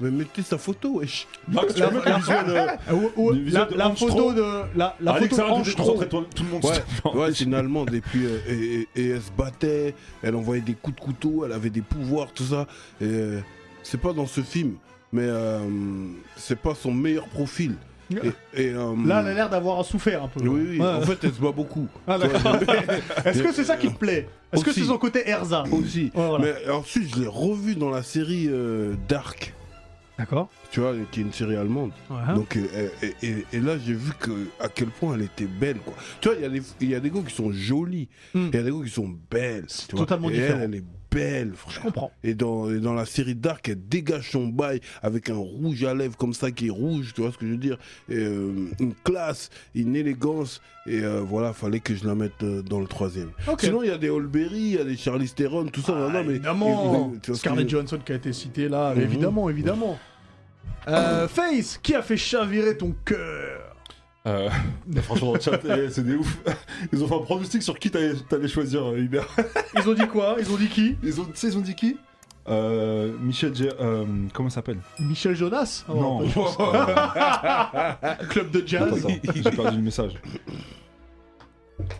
Mais mettez sa photo, wesh.
Max, Ah, tu
La-
as même
la-
le visuel. euh,
Ou- ou-
du visuel
la,
de
la
Ange
photo
Trot.
de la, la
À
photo de
l'extérieur du
Ange Trot.
déconcentré, tout le monde
Ouais,
se-
Oh.
Non.
Ouais, c'est une Allemande. Et puis, euh, et, et- et elle se battait, elle envoyait des coups de couteau, elle avait des pouvoirs, tout ça. Et, euh, c'est pas dans ce film, mais euh, c'est pas son meilleur profil. Et, et, euh,
Ah. Là, elle a l'air d'avoir à souffert un peu.
Oui, oui,
Ouais.
en fait, elle se bat beaucoup.
Ah, d'accord. Est-ce que c'est ça qui te plaît Est-ce que
Aussi.
c'est son côté Erza
Aussi.
Ouais, voilà.
Mais ensuite, je l'ai revu dans la série euh, Dark,
D'accord.
tu vois, qui est une série allemande.
Ouais.
Donc, euh, et, et- et là, j'ai vu que, à quel point elle était belle. Quoi. Tu vois, il y a des- il y, a des gars qui sont jolis,
Mm.
et il y a des gars qui sont belles. tu vois.
totalement
et
différent.
Elle, elle est belle, frère.
Je comprends.
Et dans, et dans la série Dark, elle dégage son bail avec un rouge à lèvres comme ça qui est rouge, tu vois ce que je veux dire Et, euh, Une classe, une élégance. Et euh, voilà, fallait que je la mette euh, dans le troisième.
Ok.
Sinon, il y a des Holberry, il y a des Charlize Theron, tout ça.
Ah,
non, mais
évidemment.
et- et- tu vois ce que je veux
Scarlett
dire
Johansson qui a été citée là,
Mhm.
évidemment, évidemment. Euh, Face, qui a fait chavirer ton cœur
Euh, franchement, dans le chat, eh, c'est des ouf. Ils ont fait un pronostic sur qui t'allais t'allais choisir, euh, Hubert.
Ils ont dit quoi Ils ont dit qui
Ils ont, tu sais, ils ont dit qui euh, Michel. Ger- euh, comment ça s'appelle
Michel Jonas Oh,
Non.
pas de- Club de
Attends,
jazz
attends, J'ai perdu le message.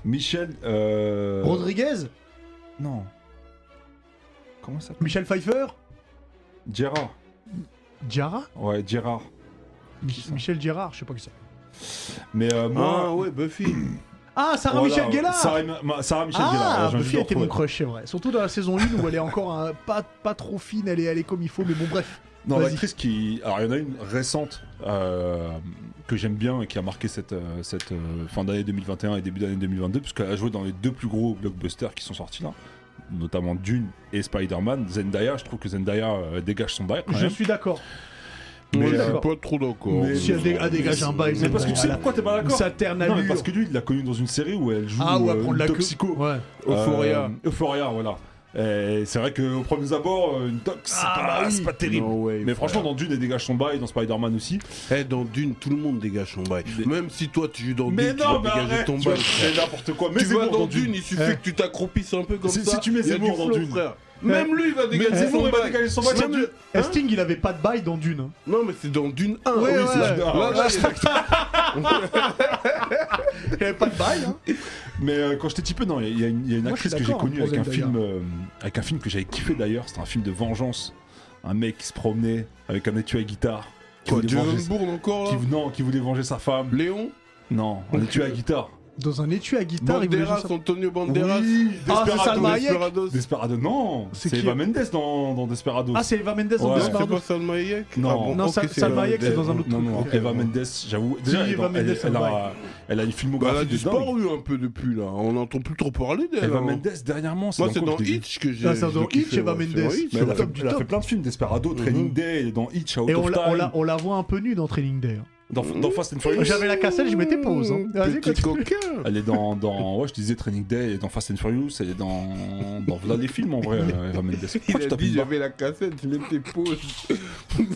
Michel. Euh...
Rodriguez
Non. Comment ça s'appelle
Michel Pfeiffer
Gérard.
Diarra
Ouais, Gérard.
Mich- Michel Gérard, je sais pas qui c'est.
Mais euh,
Ah
moi.
ouais, Buffy.
Ah, Sarah
voilà,
Michel Gellar
Oh Sarah, Ma- Sarah Michel Gellar.
Ah,
ouais, j'ai envie de
Buffy
le
a été mon
retrouver.
crush, c'est vrai. Surtout dans la saison 1 où elle est encore un- pas, pas trop fine, elle est, elle est comme il faut, mais bon, bref.
Non,
Vas-y.
l'actrice qui. Alors, il y en a une récente euh, que j'aime bien et qui a marqué cette, euh, cette euh, fin d'année 2021 et début d'année 2022, puisqu'elle a joué dans les deux plus gros blockbusters qui sont sortis là, notamment Dune et Spider-Man. Zendaya, je trouve que Zendaya euh, dégage son bail. quand
Je
même.
suis d'accord.
Mais,
Moi, je
euh,
suis pas trop d'accord.
mais-
Si elle dé- elle dégage un bail,
Mais parce que tu sais
Zendaya.
pourquoi t'es pas d'accord
Sa terne
Non, mais
allure.
parce que lui, il l'a connue dans une série où elle joue.
Ah, ou à
euh,
prendre
une
la queue.
toxico. Euh,
Ouais.
Euphoria. Euphoria, voilà. Et c'est vrai qu'au premier abord, euh, une tox, c'est
Ah,
pas,
bah oui.
c'est pas terrible.
No way,
mais
frère.
franchement, dans Dune, elle dégage son bail, dans Spider-Man aussi.
Eh, dans Dune, tout le monde dégage son bail. Même si toi, tu joues dans
Mais
Dune, tu
non,
vas
mais
dégager
arrête,
ton
tu
bail.
vois, c'est n'importe quoi. Mais
tu
c'est
vas
bon
dans
dans
Dune,
Dune.
il suffit
Eh.
que tu t'accroupisses un peu comme
Si-
ça.
si tu mets
il y a
Zemmour
du
dans
flow,
Dune.
frère. Même lui, il va
Mais
dégager
Zemmour,
son
il va
bail.
dégager son bail,
Même
c'est
le-
Dune.
Et Hein Sting, il avait pas de bail dans Dune. hein.
Non, mais c'est dans Dune 1.
Ouais,
oui,
ouais.
c'est dans Dune 1.
Ah,
Là, là,
Il avait pas de bail. hein.
Mais euh, quand j'étais petit peu, non, il y a- il y, a une- il y a une
Moi,
actrice
je suis
que j'ai
d'accord,
connue avec un
Rosen
film, euh, avec un film que j'avais kiffé d'ailleurs. C'était un film de vengeance. Un mec qui se promenait avec un étui à guitare. Qui
Quoi,
voulait
Jason
venger,
Bourne encore
qui,
là
non, qui voulait venger sa femme.
Léon
Non, un étui à guitare.
Dans un étui à guitare, il voulait jouer
Banderas,
ça.
Antonio Banderas.
Ah, c'est
Desperados.
Salma Hayek.
Desperados.
Desperado, non
C'est
C'est
qui
Eva Mendes dans, dans Desperado.
Ah, c'est Eva Mendes dans
Ouais.
Non,
Desperado.
C'est pas Salma Hayek
Non.
Ah bon,
Non,
ok,
Sal-
c'est
Salma
Eva
Hayek, c'est
Mendes.
dans un autre
non,
truc.
non,
Ok.
Eva Mendes, j'avoue. Déjà,
Si,
elle, est
Eva
dans- elle-
Mendes,
elle a,
ouais.
elle a une
Bah,
filmographie
Ah,
Elle
de
a
dingue.
disparu un peu depuis là. On n'entend plus trop parler d'elle.
Eva
hein.
Mendes, dernièrement, c'est
Moi, c'est
quoi
dans
que je l'ai vu
Hitch que j'ai.
Ah, c'est
je
dans
l'ai kiffé,
Hitch, Eva
ouais, c'est
Mendes.
dans Hitch.
Mais elle, a
Top
fait,
du
elle a
top.
Mhm. fait plein de films, Desperado, Training Day, elle est dans Hitch, Out
Et
of
on l'a- on l'a
Time.
on la voit un peu nue dans Training Day. hein.
Dans, dans Fast and Furious.
J'avais la cassette, je mettais pause. hein. Vas-y,
Petit
continue.
coquin.
Elle est dans, dans. Ouais, je disais Training Day, elle est dans Fast and Furious, elle est dans. Dans voilà des films en vrai, euh, Eva Mendes. Pourquoi tu
Il a
tapes
dit
une barre
j'avais la cassette, je mettais pause.
Mais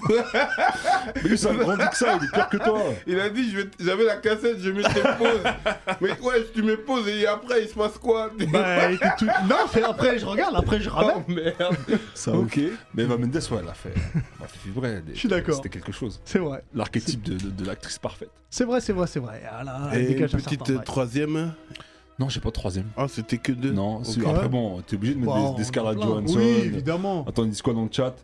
lui, ça a grandi que ça, il est pire que toi.
Il a dit je vais- j'avais la cassette, je mettais pause. Mais ouais, tu mets pause et après il se passe quoi
Bah, il était tout- Non, c'est après, je regarde, après, je ramène.
Oh merde.
Ça,
Ok.
Mais Eva Mendes, ouais, elle a fait. Elle a fait vibrer. elle est-
Je suis d'accord.
C'était quelque chose.
C'est vrai,
L'archétype de, de- de l'actrice parfaite.
c'est vrai, c'est vrai, c'est vrai. Ah là, elle
Et une
dégage un
petite
certain
euh, troisième.
Non, j'ai pas de troisième.
Ah, c'était que deux.
Non, c'est-
Ok.
après bon, t'es obligé de
vibe.
mettre
Wow,
des, des Scarlett
plein.
Johansson.
Oui, évidemment.
Attends, ils disent quoi dans le chat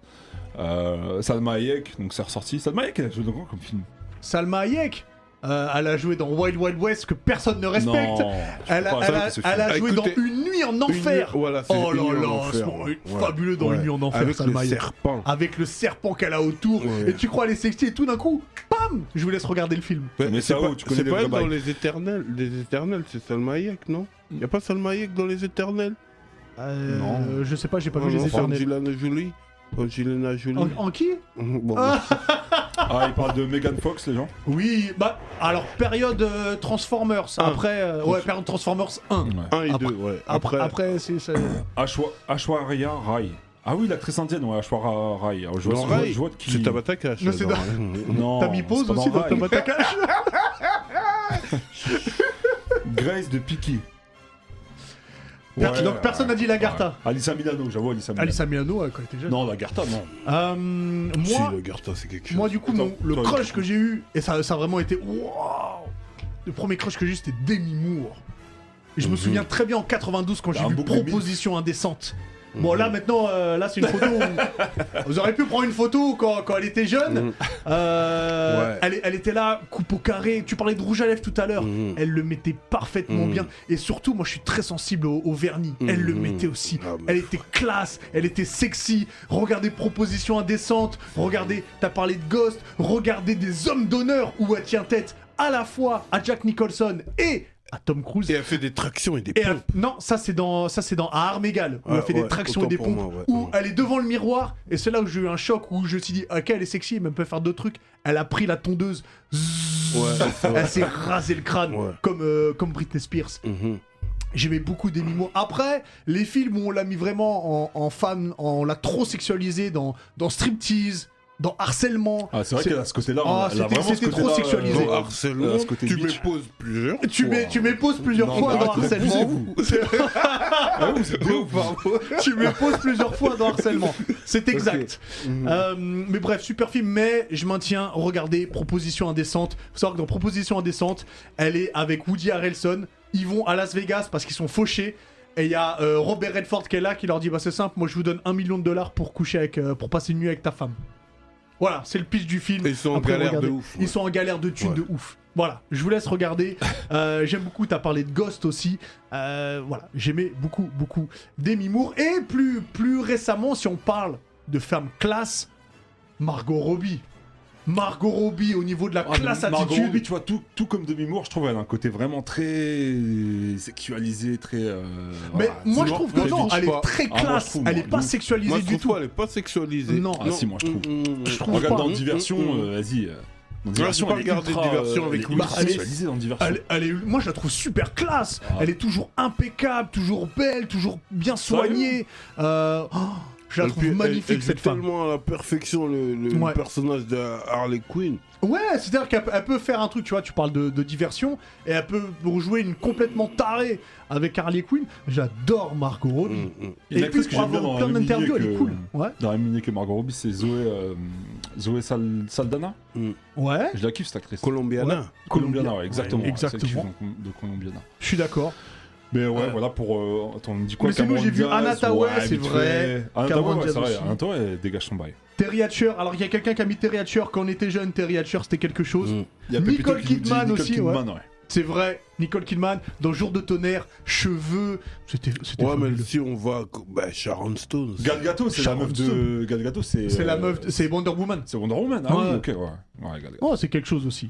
euh, Salma Hayek, donc c'est ressorti. Salma Hayek, elle a joué dans quoi comme film
Salma Hayek, euh, elle a joué dans Wild Wild West que personne ne respecte.
Non, je
Elle,
peux pas
a, elle a-
accepter ce film.
elle a
Ah,
joué
écoutez,
dans Une nuit en
Une
enfer.
nuit- Voilà, c'est
Oh
une
là
nuit en
là,
enfer.
ce moment est
Ouais. Ah,
fabuleux dans Une nuit en enfer,
Avec
Salma
le
Hayek.
serpent.
Avec le serpent qu'elle a autour.
Ouais.
Et tu crois elle est sexy et tout d'un coup, pam Je vous laisse regarder le film.
Ouais,
Mais
c'est
ça,
pas,
oh, tu connais
c'est
les
pas
vrais
elle dans
bails.
les éternels. Les éternels, c'est Salma Hayek, non Y a pas Salma Hayek dans les éternels
Euh,
Non.
Je sais pas, j'ai pas
Non,
vu les
non,
éternels.
Angelina Jolie. Angelina Jolie.
En, en qui
Bon,
Ah.
Ah, il parle de Megan Fox, les gens
Oui, bah alors période euh, Transformers.
Un.
Après, euh, ouais, période Transformers 1.
Un et
Après-
deux, ouais.
Après, après, c'est ça.
Ashwa- Ashwarya Rai. Ah oui, l'actrice indienne, ouais, Ashwarya Rai. Alors, je, vois,
Dans
je vois-
Rai,
je vois de qui.
C'est Tabata Cash.
Non, c'est
alors.
Non,
T'as mis pause
c'est pas
aussi dans
Rai.
ta batacage
Grace de Piki.
Per-
Ouais,
Donc personne n'a dit Lagarta.
ouais. Alissa Milano, j'avoue, Alissa Milano.
Alissa Milano, elle, quand elle était jeune.
Non, Lagarta, non.
Euh, moi,
Si, le Garta, c'est quelque chose.
moi du coup,
Attends,
mon- le
toi,
crush que j'ai eu, et ça, ça a vraiment été. Waouh Le premier crush que j'ai eu, c'était Demi Moore. Et je me souviens très bien en 92 quand j'ai
un
vu
beau combi.
Proposition indécente. Bon là maintenant, euh, là c'est une photo. où- Vous auriez pu prendre une photo quand, quand elle était jeune. Euh,
Mm. Ouais.
elle, est- elle était là, coupe au carré. Tu parlais de rouge à lèvres tout à l'heure.
Mhm.
Elle le mettait parfaitement
Mhm.
bien. Et surtout, moi je suis très sensible au, au vernis. Elle le
Mhm.
mettait aussi.
Ah, mais-
Elle était classe, elle était sexy. Regardez Proposition indécente. Regardez, t'as parlé de Ghost. Regardez des hommes d'honneur où elle tient tête à la fois à Jack Nicholson et à Tom Cruise.
Et elle fait des tractions et des
Et elle-
pompes.
non, ça c'est dans ça c'est dans à armes égales où
Ouais,
elle fait des
ouais,
tractions et
autant
des
pour
pompes
moi, ouais.
où
Mm.
elle est devant le miroir et c'est là où j'ai eu un choc où je me suis dit ok elle est sexy elle peut faire d'autres trucs elle a pris la tondeuse Zzzz.
Ouais, c'est vrai.
elle s'est rasé le crâne
Ouais.
comme euh, comme Britney Spears
Mhm.
J'aimais beaucoup Demi Moore. Après, les films où on l'a mis vraiment en, en fan, on l'a trop sexualisé dans, dans striptease, dans harcèlement.
Ah, c'est vrai qu'elle a ce côté-là.
Ah,
hein, elle a
c'était-
vraiment ce
c'était trop
côté-là, euh,
sexualisé.
Dans
dans-
harcèlement,
à ce côté
tu
bitch.
m'époses plusieurs.
Tu
Wow.
m'é- tu m'époses plusieurs
Non,
fois
mais
dans
arrêtez,
harcèlement.
abusez-vous.
Ah oui, c'est beau, pardon.
tu m'époses plusieurs fois dans harcèlement. C'est exact.
Mhm.
Euh, mais bref, super film, mais je maintiens, regardez, Proposition Indécente. Faut savoir que dans Proposition Indécente, elle est avec Woody Harrelson. Ils vont à Las Vegas parce qu'ils sont fauchés. Et il y a euh, Robert Redford qui est là, qui leur dit Bah, c'est simple, moi je vous donne un million de dollars pour coucher avec, euh, pour passer une nuit avec ta femme. Voilà, c'est le pitch du film.
Ils sont en
Après,
galère de
regardez.
ouf, ouais.
Ils sont en galère de thunes
Ouais.
de ouf. Voilà, je vous laisse regarder. Euh, J'aime beaucoup, t'as parlé de Ghost aussi. Euh, voilà, j'aimais beaucoup, beaucoup Demi Moore. Et plus, plus récemment, si on parle de femme classe, Margot Robbie. Margot Robbie, au niveau de la
Ah, mais
classe
Margot
attitude.
Robbie, tu vois, tout, tout comme Demi Moore, je trouve, elle a un côté vraiment très sexualisé, très. euh,
Mais
voilà.
moi, je
C'est
trouve
mort,
que
très
non,
bitch.
elle est
pas.
très
Ah, moi, je
classe.
trouve,
elle
moi,
est pas
de ouf.
sexualisée
Moi, je
du
trouve
tout.
pas, elle est pas sexualisée.
Non.
Ah, si, moi, je trouve.
Mm, mm,
Je trouve
Regarde
pas.
dans Diversion,
Mm, mm, mm.
euh, vas-y. euh, Dans
pas
Diversion, elle est
regardé
ultra,
Diversion
euh,
avec
elle est
Louis
ultra
Bah, elle est-
sexualisée dans Diversion.
Elle, elle est, moi, je la trouve super classe.
Ah.
Elle est toujours impeccable, toujours belle, toujours bien soignée. Euh, oh, je la
Et
trouve
puis, elle-
magnifique,
elle joue
cette femme.
tellement à la perfection le, le
Ouais.
personnage de Harley Quinn.
Ouais, c'est-à-dire qu'elle peut- elle peut faire un truc, tu vois, tu parles de, de diversion, et elle peut jouer une complètement tarée avec Harley Quinn. J'adore Margot Robbie.
Mm. Il y a une
Et puis
actrice que
pour
j'aime bien
avoir
dans
plein
la même
d'interviews,
lignée
elle est
que-
cool. Ouais.
Dans la même lignée que Margot Robbie, c'est Zoé, euh, Zoé Sal- Saldana.
Ouais,
Je la kiffe cette actrice.
Colombiana.
Colombiana, ouais, exactement.
Ouais,
ouais, celle qui joue
exactement.
dans- de Colombiana.
je suis d'accord.
Mais ouais, voilà pour. Euh, attends, on me dit quoi
Mais sinon,
Cameron
j'ai vu
Diaz,
Anna Thaoué,
ouais,
c'est
vite
vrai.
fait. Anna
Cameron
Thaoué, ouais, c'est
Diaz
vrai.
aussi.
Anna Thaoué, elle dégage son bail.
Terry Hatcher, alors il y a quelqu'un qui a mis Terry Hatcher quand on était jeune, Terry Hatcher c'était quelque chose.
Mm.
Il y
Nicole
Pepito qui nous dit
Kidman aussi, ouais.
Kidman, ouais.
C'est vrai, Nicole Kidman dans Jour de tonnerre, cheveux. C'était c'était
Ouais, mais
fabuleux.
si on va. Bah, Sharon Stone. c'est-
Gal Gadot, c'est la
Sharon
meuf de.
Stone.
Gal Gadot, c'est.
C'est la
euh,
meuf, c'est Wonder Woman.
C'est Wonder Woman. Ah oui,
Ouais.
ok, ouais. Ouais, Gal Gadot.
Oh, c'est quelque chose aussi.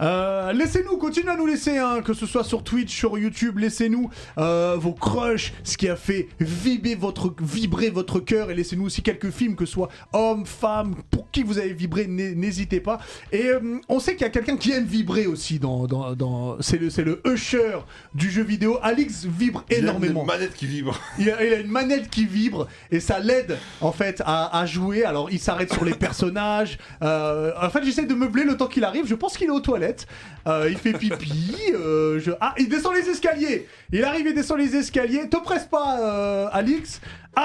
Euh, laissez-nous, continuez à nous laisser, hein, que ce soit sur Twitch, sur YouTube, laissez-nous euh, vos crushs, ce qui a fait vibrer votre, vibrer votre cœur, et laissez-nous aussi quelques films, que ce soit homme, femme, pour qui vous avez vibré, n'hé- n'hésitez pas. Et euh, on sait qu'il y a quelqu'un qui aime vibrer aussi, dans, dans, dans- c'est, le, c'est le usher du jeu vidéo. Alix vibre
Il y a
énormément.
une manette qui vibre.
Il a, il a une manette qui vibre et ça l'aide en fait à, à jouer. Alors il s'arrête sur les personnages. Euh, en fait, j'essaie de meubler le temps qu'il arrive. Je pense qu'il est aux toilettes. Euh, il fait pipi. euh, je- Ah, il descend les escaliers. Il arrive, il descend les escaliers. Te presse pas, euh, Alix.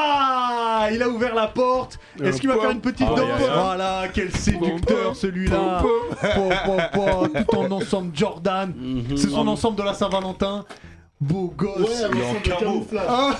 Ah, il a ouvert la porte.
Euh,
Est-ce qu'il va faire une petite
Ah,
danse
ouais, ouais.
Voilà, quel séducteur celui-là. Po, po, po, Tout en ensemble Jordan.
Mhm.
C'est son ensemble de la Saint-Valentin. Beau gosse.
Il est en carbo.
Ah.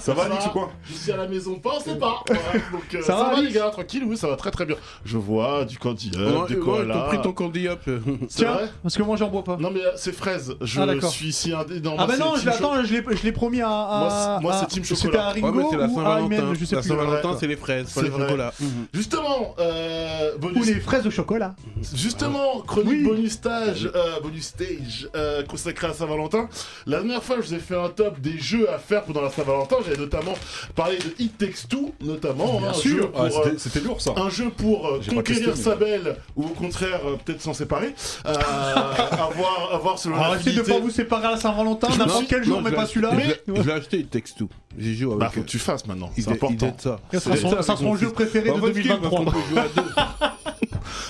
Ça va, Nix, ou quoi
Je suis à la maison, pas, on sait pas. Voilà, donc, euh,
Ça
ça,
va,
va,
Alix
les gars, tranquille, oui, ça va très très bien. Je vois du
Ouais,
candidat,
ouais,
du
t'as
koala.
pris ton candy up.
C'est
Tiens,
vrai
parce que moi j'en bois pas.
Non, mais euh, c'est fraise. Je
Ah, d'accord.
suis hein, si indé. Non,
Ah
moi,
bah
c'est
non,
Team
je l'attends, je l'ai- je l'ai promis à. à-
Moi, c'est- moi,
à-
c'est Team
C'était
Chocolat.
à Ringo
ouais, mais c'est la
ou à Imen,
Saint-Valentin.
je sais
La
plus.
Saint-Valentin,
Ouais.
c'est les fraises, pas
C'est
les
vrai.
chocolats. Mhm.
Chocolat. Justement, euh,
Ou
bonus.
les fraises au chocolat.
Justement, chronique
Oui.
bonus stage, euh, bonus stage euh, consacré à Saint-Valentin. La dernière fois, je vous ai fait un top des jeux à faire pendant la Saint-Valentin. J'avais notamment parlé de It Takes Two, notamment. hein, un jeu pour,
Ah, c'était-
euh,
C'était lourd, ça.
un jeu pour euh,
J'ai pas
conquérir
testé, mais-
sa belle ou au contraire euh, peut-être s'en séparer euh, avoir avoir selon
Alors essayez de
l'affinité.
pas vous séparer à la Saint-Valentin, n'importe quel jour,
je
mais
l'ai
pas
acheté-
celui-là.
je l'ai- Je l'ai acheté, il texte tout. J'ai joué avec. euh,
bah faut que tu fasses maintenant
il
c'est
date- il
important
date ça.
Ça sera
C'est-
son- ça
avec
sera
mon
son jeu
fils.
préféré
Bah,
de
votre film, parce
2023.
qu'on peut jouer à deux.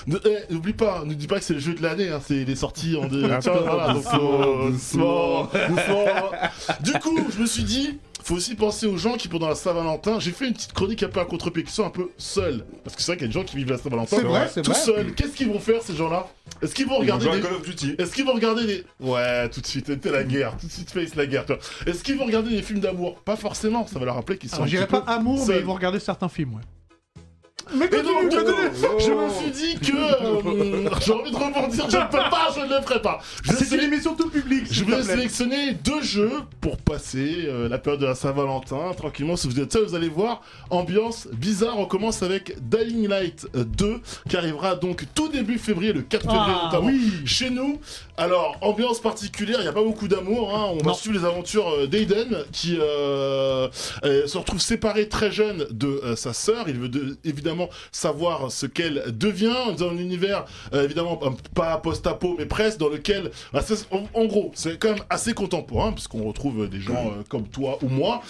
Ne- eh, n'oublie pas ne dis pas que c'est le jeu de l'année hein, c'est il est sorti en deux Tiens,
Attends,
voilà, donc faut-
doucement,
doucement, hein. du coup je me suis dit faut aussi penser aux gens qui pendant la Saint-Valentin j'ai fait une petite chronique un peu à contre-pied qui sont un peu seuls parce que c'est vrai qu'il y a des gens qui vivent la Saint-Valentin
C'est vrai, c'est
tout
vrai.
seuls qu'est-ce qu'ils vont faire ces gens-là est-ce qu'ils vont
Ils ont
regarder
joué à
des-
Call of Duty.
Est-ce qu'ils vont regarder des. Ouais, tout de suite, c'était la guerre, tout de suite, face la guerre, toi. Est-ce qu'ils vont regarder des films d'amour Pas forcément, ça va leur rappeler qu'ils sont.
Alors
un
j'irai
petit
pas Ah, amour, mais
seul.
ils vont regarder certains films, ouais. Mais
peu- Mais non,
continue,
non,
continue.
non, Je me suis dit que. euh, J'ai envie de rebondir, je ne peux pas, je ne le ferai pas Je
Ah, C'est
sais-
une émission tout public,
Je
s'il
vais
te plaît.
sélectionner deux jeux pour passer euh, la période de la Saint-Valentin tranquillement. Si vous êtes seul, vous allez voir. Ambiance bizarre. On commence avec Dying Light euh, 2 qui arrivera donc tout début février, le 4 février
Ah,
notamment. Chez nous, alors ambiance particulière, il n'y a pas beaucoup d'amour. hein. On
Non.
va suivre les aventures euh, d'Aiden qui euh, euh, se retrouve séparé très jeune de euh, sa sœur. Il veut de- évidemment savoir ce qu'elle devient dans un univers euh, évidemment euh, pas post-apo mais presque dans lequel bah, c'est- en, en gros c'est quand même assez contemporain puisqu'on retrouve euh, des gens euh, comme toi ou moi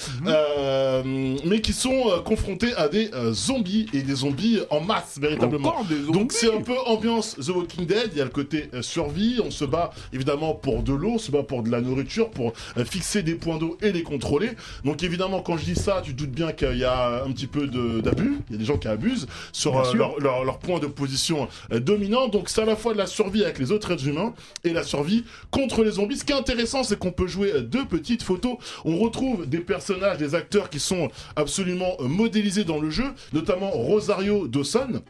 euh, mais qui sont euh, confrontés à des euh, zombies et des zombies en masse véritablement
Encore des
donc c'est un peu ambiance The Walking Dead, il y a le côté euh, survie, on se bat évidemment pour de l'eau, on se bat pour de la nourriture, pour euh, fixer des points d'eau et les contrôler. Donc évidemment quand je dis ça, tu te doutes bien qu'il y a un petit peu de- d'abus, il y a des gens qui abusent sur
Bien
euh,
sûr.
leur, leur- leur point de position euh, dominant. Donc c'est à la fois de la survie avec les autres êtres humains et la survie contre les zombies. Ce qui est intéressant, c'est qu'on peut jouer euh, deux petites photos. On retrouve des personnages, des acteurs qui sont absolument euh, modélisés dans le jeu, notamment Rosario Dawson.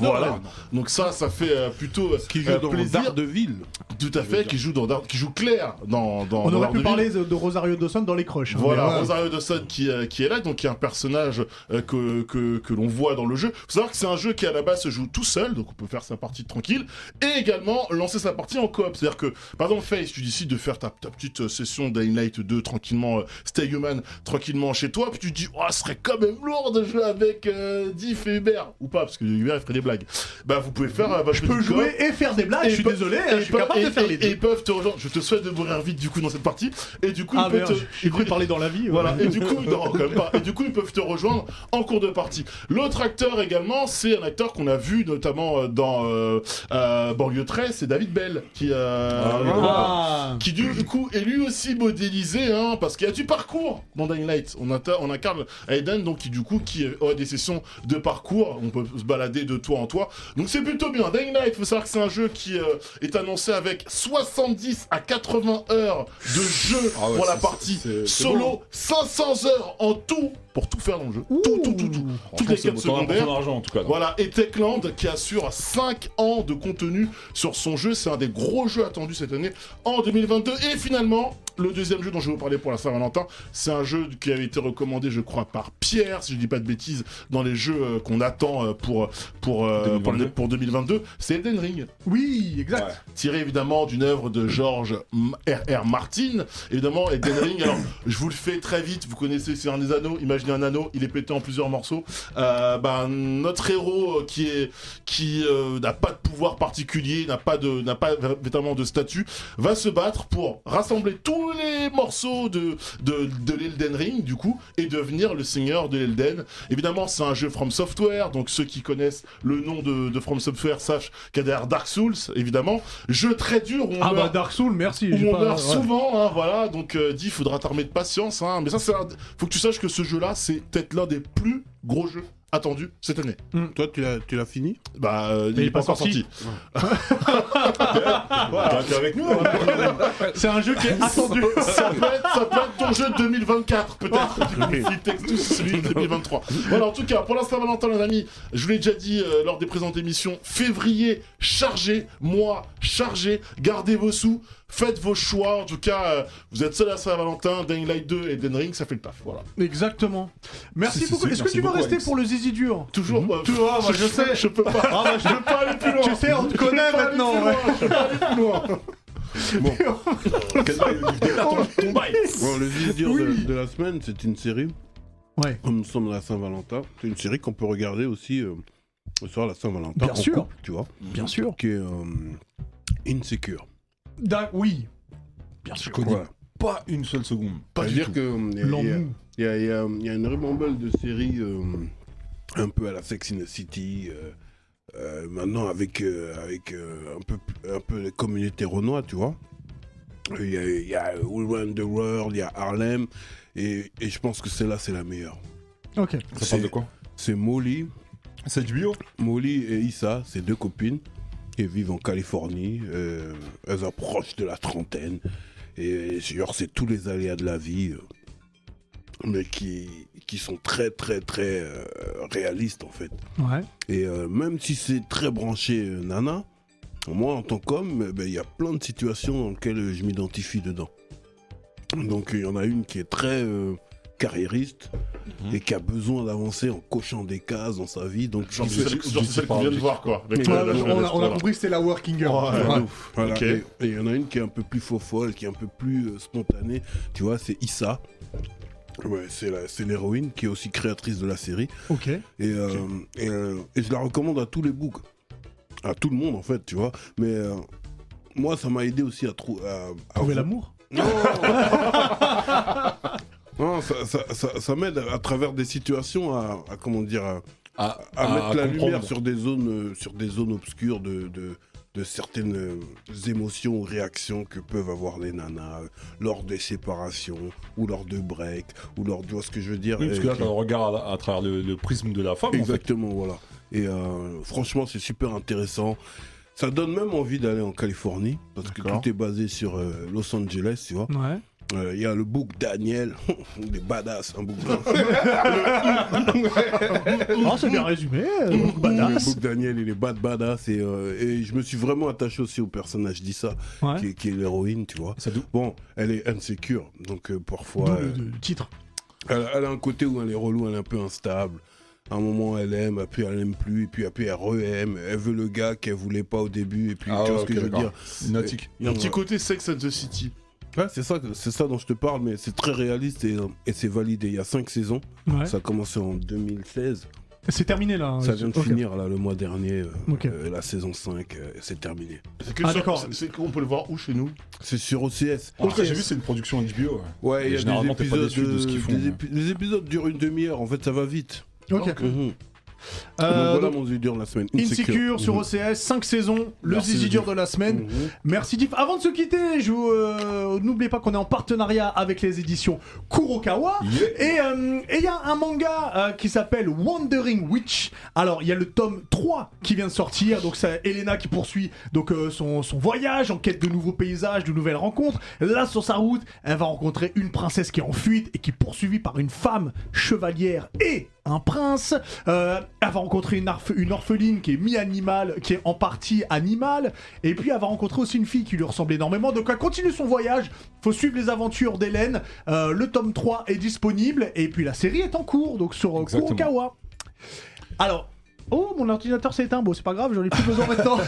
Voilà. Donc ça, ça fait euh, plutôt euh,
Qui joue
euh,
dans
plaisir.
Daredevil.
Tout à fait, qui joue dans Dar- qui joue Claire dans dans.
On
dans
aurait pu
Daredevil.
parler de de Rosario Dawson dans les crushs. hein,
Voilà,
mais ouais.
Rosario Dawson qui, euh, qui est là, donc qui est un personnage euh, que, que, que l'on voit dans le jeu. Faut savoir que c'est un jeu qui à la base se joue tout seul, donc on peut faire sa partie tranquille, et également lancer sa partie en coop. C'est-à-dire que, par exemple, Face, tu décides de faire ta, ta petite euh, session Dying Light 2 tranquillement, euh, Stay Human tranquillement chez toi, puis tu te dis, oh, ce serait quand même lourd de jouer avec euh, Diff et Hubert, ou pas, parce que Hubert il ferait des blagues. Bah, vous pouvez faire. euh, votre
Je peux
petite coop.
jouer et faire des blagues,
Et
je suis
pe-
désolé,
et
hein, je suis
pe-
capable
et-
de faire
et-
les
et
deux.
ils peuvent te rejoindre. Je te souhaite de mourir vite du coup dans cette partie. Et du coup,
Ah
ils peuvent
merde,
te-
j'ai cru parler dans la vie. ouais.
voilà, et du coup, non, quand même pas. Et du coup, ils peuvent te rejoindre en cours de partie. L'autre acteur également, c'est un acteur qu'on a vu notamment euh, dans euh, euh, Banlieue 13, c'est David Bell, qui, euh,
Ah.
qui du coup est lui aussi modélisé, hein, parce qu'il y a du parcours dans Dying Light. On, inter- on incarne Aiden, donc qui du coup qui euh, a des sessions de parcours, on peut se balader de toit en toit. Donc c'est plutôt bien. Dying Light, faut savoir que c'est un jeu qui euh, est annoncé avec avec 70 à 80 heures de jeu
Ah ouais,
pour la
c'est-
partie
c'est- c'est
solo,
bon.
500 heures en tout pour tout faire dans le jeu. Tout, tout, tout, tout. Toutes les quêtes secondaires.
en tout cas. non
Voilà, et Techland qui assure 5 ans de contenu sur son jeu, c'est un des gros jeux attendus cette année en 2022. Et finalement, le deuxième jeu dont je vais vous parler pour la Saint-Valentin, c'est un jeu qui avait été recommandé, je crois, par Pierre, si je dis pas de bêtises, dans les jeux euh, qu'on attend euh, pour, pour, euh, pour,
2022.
pour 2022, c'est Elden Ring
Oui, exact.
tiré évidemment d'une œuvre de George M- R.R. Martin. Évidemment, Elden Ring, alors je vous le fais très vite, vous connaissez c'est un des anneaux, imaginez un anneau, il est pété en plusieurs morceaux. Euh, ben, notre héros euh, qui est qui euh, n'a pas de pouvoir particulier, n'a pas de n'a pas véritablement de statut, va se battre pour rassembler tous les morceaux de de, de l'Elden Ring du coup et devenir le seigneur de l'Elden. Évidemment, c'est un jeu From Software, donc ceux qui connaissent le nom de, de From Software sachent qu'il y a derrière Dark Souls, évidemment. Jeu très dur où on
Ah bah
meurt,
Dark Souls, merci.
où
j'ai
on
pas-
meurt
ouais.
souvent, hein, voilà. Donc euh, dit, faudra t'armer de patience. Hein. Mais ça, c'est un- faut que tu saches que ce jeu-là, c'est peut-être l'un des plus gros jeux attendus cette année.
Toi, tu l'as, tu l'as fini
Bah, euh,
il est pas sorti.
T'as été avec nous hein
C'est un jeu qui est Eh, attendu.
ça, peut être, ça peut être ton jeu de 2024, peut-être. Il texte tous celui de 2023. Voilà, en tout cas, pour la Saint-Valentin, les amis, je vous l'ai déjà dit euh, lors des présentes émissions, février, chargé, mois, chargé, gardez vos sous, faites vos choix. En tout cas, euh, vous êtes seul à Saint-Valentin, Dying Light 2 et Den Ring, ça fait le taf. Voilà.
Exactement. Merci
Si, si,
beaucoup.
si,
Est-ce que
merci
tu vas
beaucoup,
rester
Alex.
pour le zizi dur
Toujours, euh, moi,
Mhm. Tu vois, moi, je sais.
Oh, bah, Je peux pas. je peux pas aller plus loin.
Tu sais, on te
Je peux
connaît
pas aller
maintenant,
plus loin,
ouais.
je peux pas aller plus loin.
Quel bail, Olivier Déclare ton- ton bail
Bon, le vice dur de, de la semaine, c'est une série.
Ouais.
Comme nous sommes à la Saint-Valentin, c'est une série qu'on peut regarder aussi euh, le soir à la Saint-Valentin.
Bien
en
sûr.
couple, tu vois.
Bien sûr.
Qui est euh, Insecure.
Da- oui.
Bien sûr.
Voilà.
Pas une seule seconde. Pas du
C'est-à-dire
tout.
que euh, il y a-
L'emmou.
il y, a- il y a- il y a une ribambelle de séries euh, un peu à la Sex in the City. euh, euh, maintenant avec, euh, avec euh, un peu un peu les communautés renois, tu vois. Il y a, il y a All Around the World, il y a Harlem, et, et je pense que celle-là c'est la meilleure.
Ok.
Ça parle de quoi
C'est Molly,
C'est du bio
Molly et Issa, c'est deux copines qui vivent en Californie. euh, elles approchent de la trentaine. Et c'est- genre, c'est tous les aléas de la vie, euh, mais qui, qui sont très, très, très euh, réalistes en fait.
Ouais.
Et euh, même si c'est très branché euh, nana, moi en tant qu'homme, eh ben, il y a plein de situations dans lesquelles je m'identifie dedans. Donc il y en a une qui est très euh, carriériste
Mhm.
et qui a besoin d'avancer en cochant des cases dans sa vie. Donc
Genre,
qui
c'est
fait-
celle, genre, c'est celle qu'on vient de voir, quoi. Avec,
Ouais,
euh, la
on,
jeunesse,
a, on a
voilà.
compris que c'était la working girl.
Ouais.
Ouais.
de ouf. Voilà.
Ok.
Et et il y en a une qui est un peu plus faux folle, qui est un peu plus euh, spontanée. Tu vois, c'est Issa. Ouais, c'est la- c'est l'héroïne qui est aussi créatrice de la série.
Ok.
Et, euh, et, euh, et je la recommande à tous les boucs. À tout le monde, en fait, tu vois. Mais euh, moi, ça m'a aidé aussi à trouver.
Trouver l'amour.
Non Non, ça, ça- ça- ça m'aide à, à travers des situations à, à, comment dire, à,
À,
à mettre la
comprendre.
lumière sur des zones, euh, sur des zones obscures de, de, de certaines euh, émotions ou réactions que peuvent avoir les nanas euh, lors des séparations ou lors de breaks ou lors, tu vois ce que je veux dire
Oui, parce que là,
Et-
t'as le regard à, à travers le, le prisme de la femme. en fait.
Exactement, voilà. Et euh, franchement, c'est super intéressant. Ça donne même envie d'aller en Californie, parce que
D'accord.
tout est basé sur euh, Los Angeles, tu vois.
Ouais.
Euh, Il y a le bouc Daniel, des badass, un bouc
Ah, c'est bien résumé. euh, donc,
Le
badass.
bouc Daniel, il est bad badass. Et, euh, et je me suis vraiment attaché aussi au personnage d'Issa,
Ouais.
qui, est- qui est l'héroïne, tu vois.
Ça d'où
Bon, elle est insécure, donc euh, parfois...
D'où
euh,
le, le titre.
Elle, elle a un côté où elle est relou, elle est un peu instable. À un moment, elle aime, puis elle aime plus, et puis après, elle re-aime. Elle veut le gars qu'elle voulait pas au début, et puis
Ah
tu vois
ouais,
ce que
ok,
je veux
d'accord.
dire.
Nautique.
Il y a un petit côté Sex and the City.
Ouais, c'est ça, que- c'est ça dont je te parle, mais c'est très réaliste et, euh, et c'est validé. Il y a cinq saisons.
Ouais.
Ça a commencé en 2016.
C'est terminé là. hein.
ça vient de
Ok.
finir là le mois dernier. euh,
Ok.
euh, la saison 5, euh, c'est terminé.
C'est que
Ah,
sur-
d'accord.
c'est- C'est qu'on peut le voir où chez nous
C'est sur OCS.
Après, Ah, j'ai vu, c'est une production HBO. ouais.
Ouais, il y a des
Généralement, t'es pas
épisodes.
déçu de ce qu'ils hein.
euh,
font,
des
ouais. Mm-hmm.
épi- les épisodes durent une demi-heure, en fait, ça va vite.
Ok.
Mhm.
Euh,
donc
donc,
voilà mon zidur de la semaine.
Insecure
Mm-hmm.
Mhm.
sur OCS, 5 saisons, le
Merci,
zizi dur
Diff.
de la semaine. Merci Diff. Avant de se quitter, je vous, euh, n'oubliez pas qu'on est en partenariat avec les éditions Kurokawa. Et euh, et il y a un manga euh, qui s'appelle Wandering Witch. Alors, il y a le tome 3 qui vient de sortir. Donc, c'est Elena qui poursuit donc, euh, son, son voyage en quête de nouveaux paysages, de nouvelles rencontres. Là, sur sa route, elle va rencontrer une princesse qui est en fuite et qui est poursuivie par une femme chevalière et un prince. Euh, elle va rencontrer une, orph- une orpheline qui est mi-animale, qui est en partie animale. Et puis elle va rencontrer aussi une fille qui lui ressemble énormément. Donc elle continue son voyage. Faut suivre les aventures d'Hélène. Euh, le tome 3 est disponible. Et puis la série est en cours, donc sur euh,
Exactement.
Kurokawa. Alors. Oh, mon ordinateur s'est éteint. Bon, c'est pas grave, j'en ai plus besoin maintenant.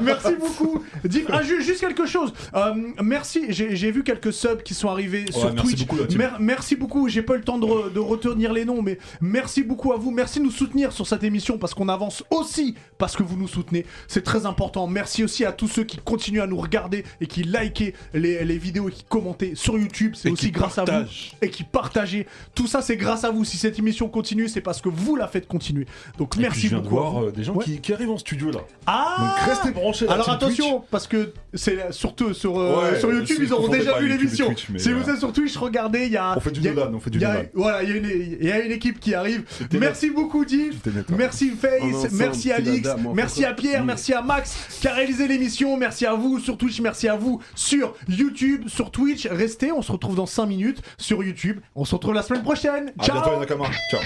merci beaucoup. Dis, ah, ju- juste quelque chose. Euh, merci, j'ai j'ai vu quelques subs qui sont arrivés sur
merci
Twitch.
beaucoup, la team.
Mer- merci beaucoup, j'ai pas eu le temps de, re- de retenir les noms, mais merci beaucoup à vous, merci de nous soutenir sur cette émission parce qu'on avance aussi parce que vous nous soutenez, c'est très important. Merci aussi à tous ceux qui continuent à nous regarder et qui likaient les, les vidéos et qui commentaient sur YouTube, c'est
Et
aussi
qui
grâce à vous
partagent.
et qui partageaient. Tout ça, c'est grâce à vous. Si cette émission continue, c'est parce que vous la faites continuer. Donc
Et puis,
merci
je viens de
beaucoup. à
voir
vous.
euh, des gens
Ouais.
qui, qui arrivent en studio là.
Ah
Donc restez branchés. la
alors
team
attention,
Twitch.
parce que c'est surtout sur, euh,
Ouais,
sur YouTube,
je
ils auront
confondais
déjà
pas
vu
YouTube et
l'émission.
Twitch, mais,
Si vous
euh,
êtes sur Twitch, regardez, il y a.
On fait du
il y a-
Nolan, on fait du
il y a-
Nolan.
Voilà, il y, a une- il y a une équipe qui arrive.
C'était
Merci beaucoup, Diff.
C'était net, hein.
Merci
On est
Face.
ensemble,
Merci
c'est
Alix.
la dame, en
Merci
fait.
à Pierre. Merci à Max qui a réalisé l'émission. Merci à vous sur Twitch. Merci à vous sur YouTube, sur Twitch. Restez, on se retrouve dans 5 minutes sur YouTube. On se retrouve la semaine prochaine.
À
Ciao.
bientôt, Yann Nakama. Ciao.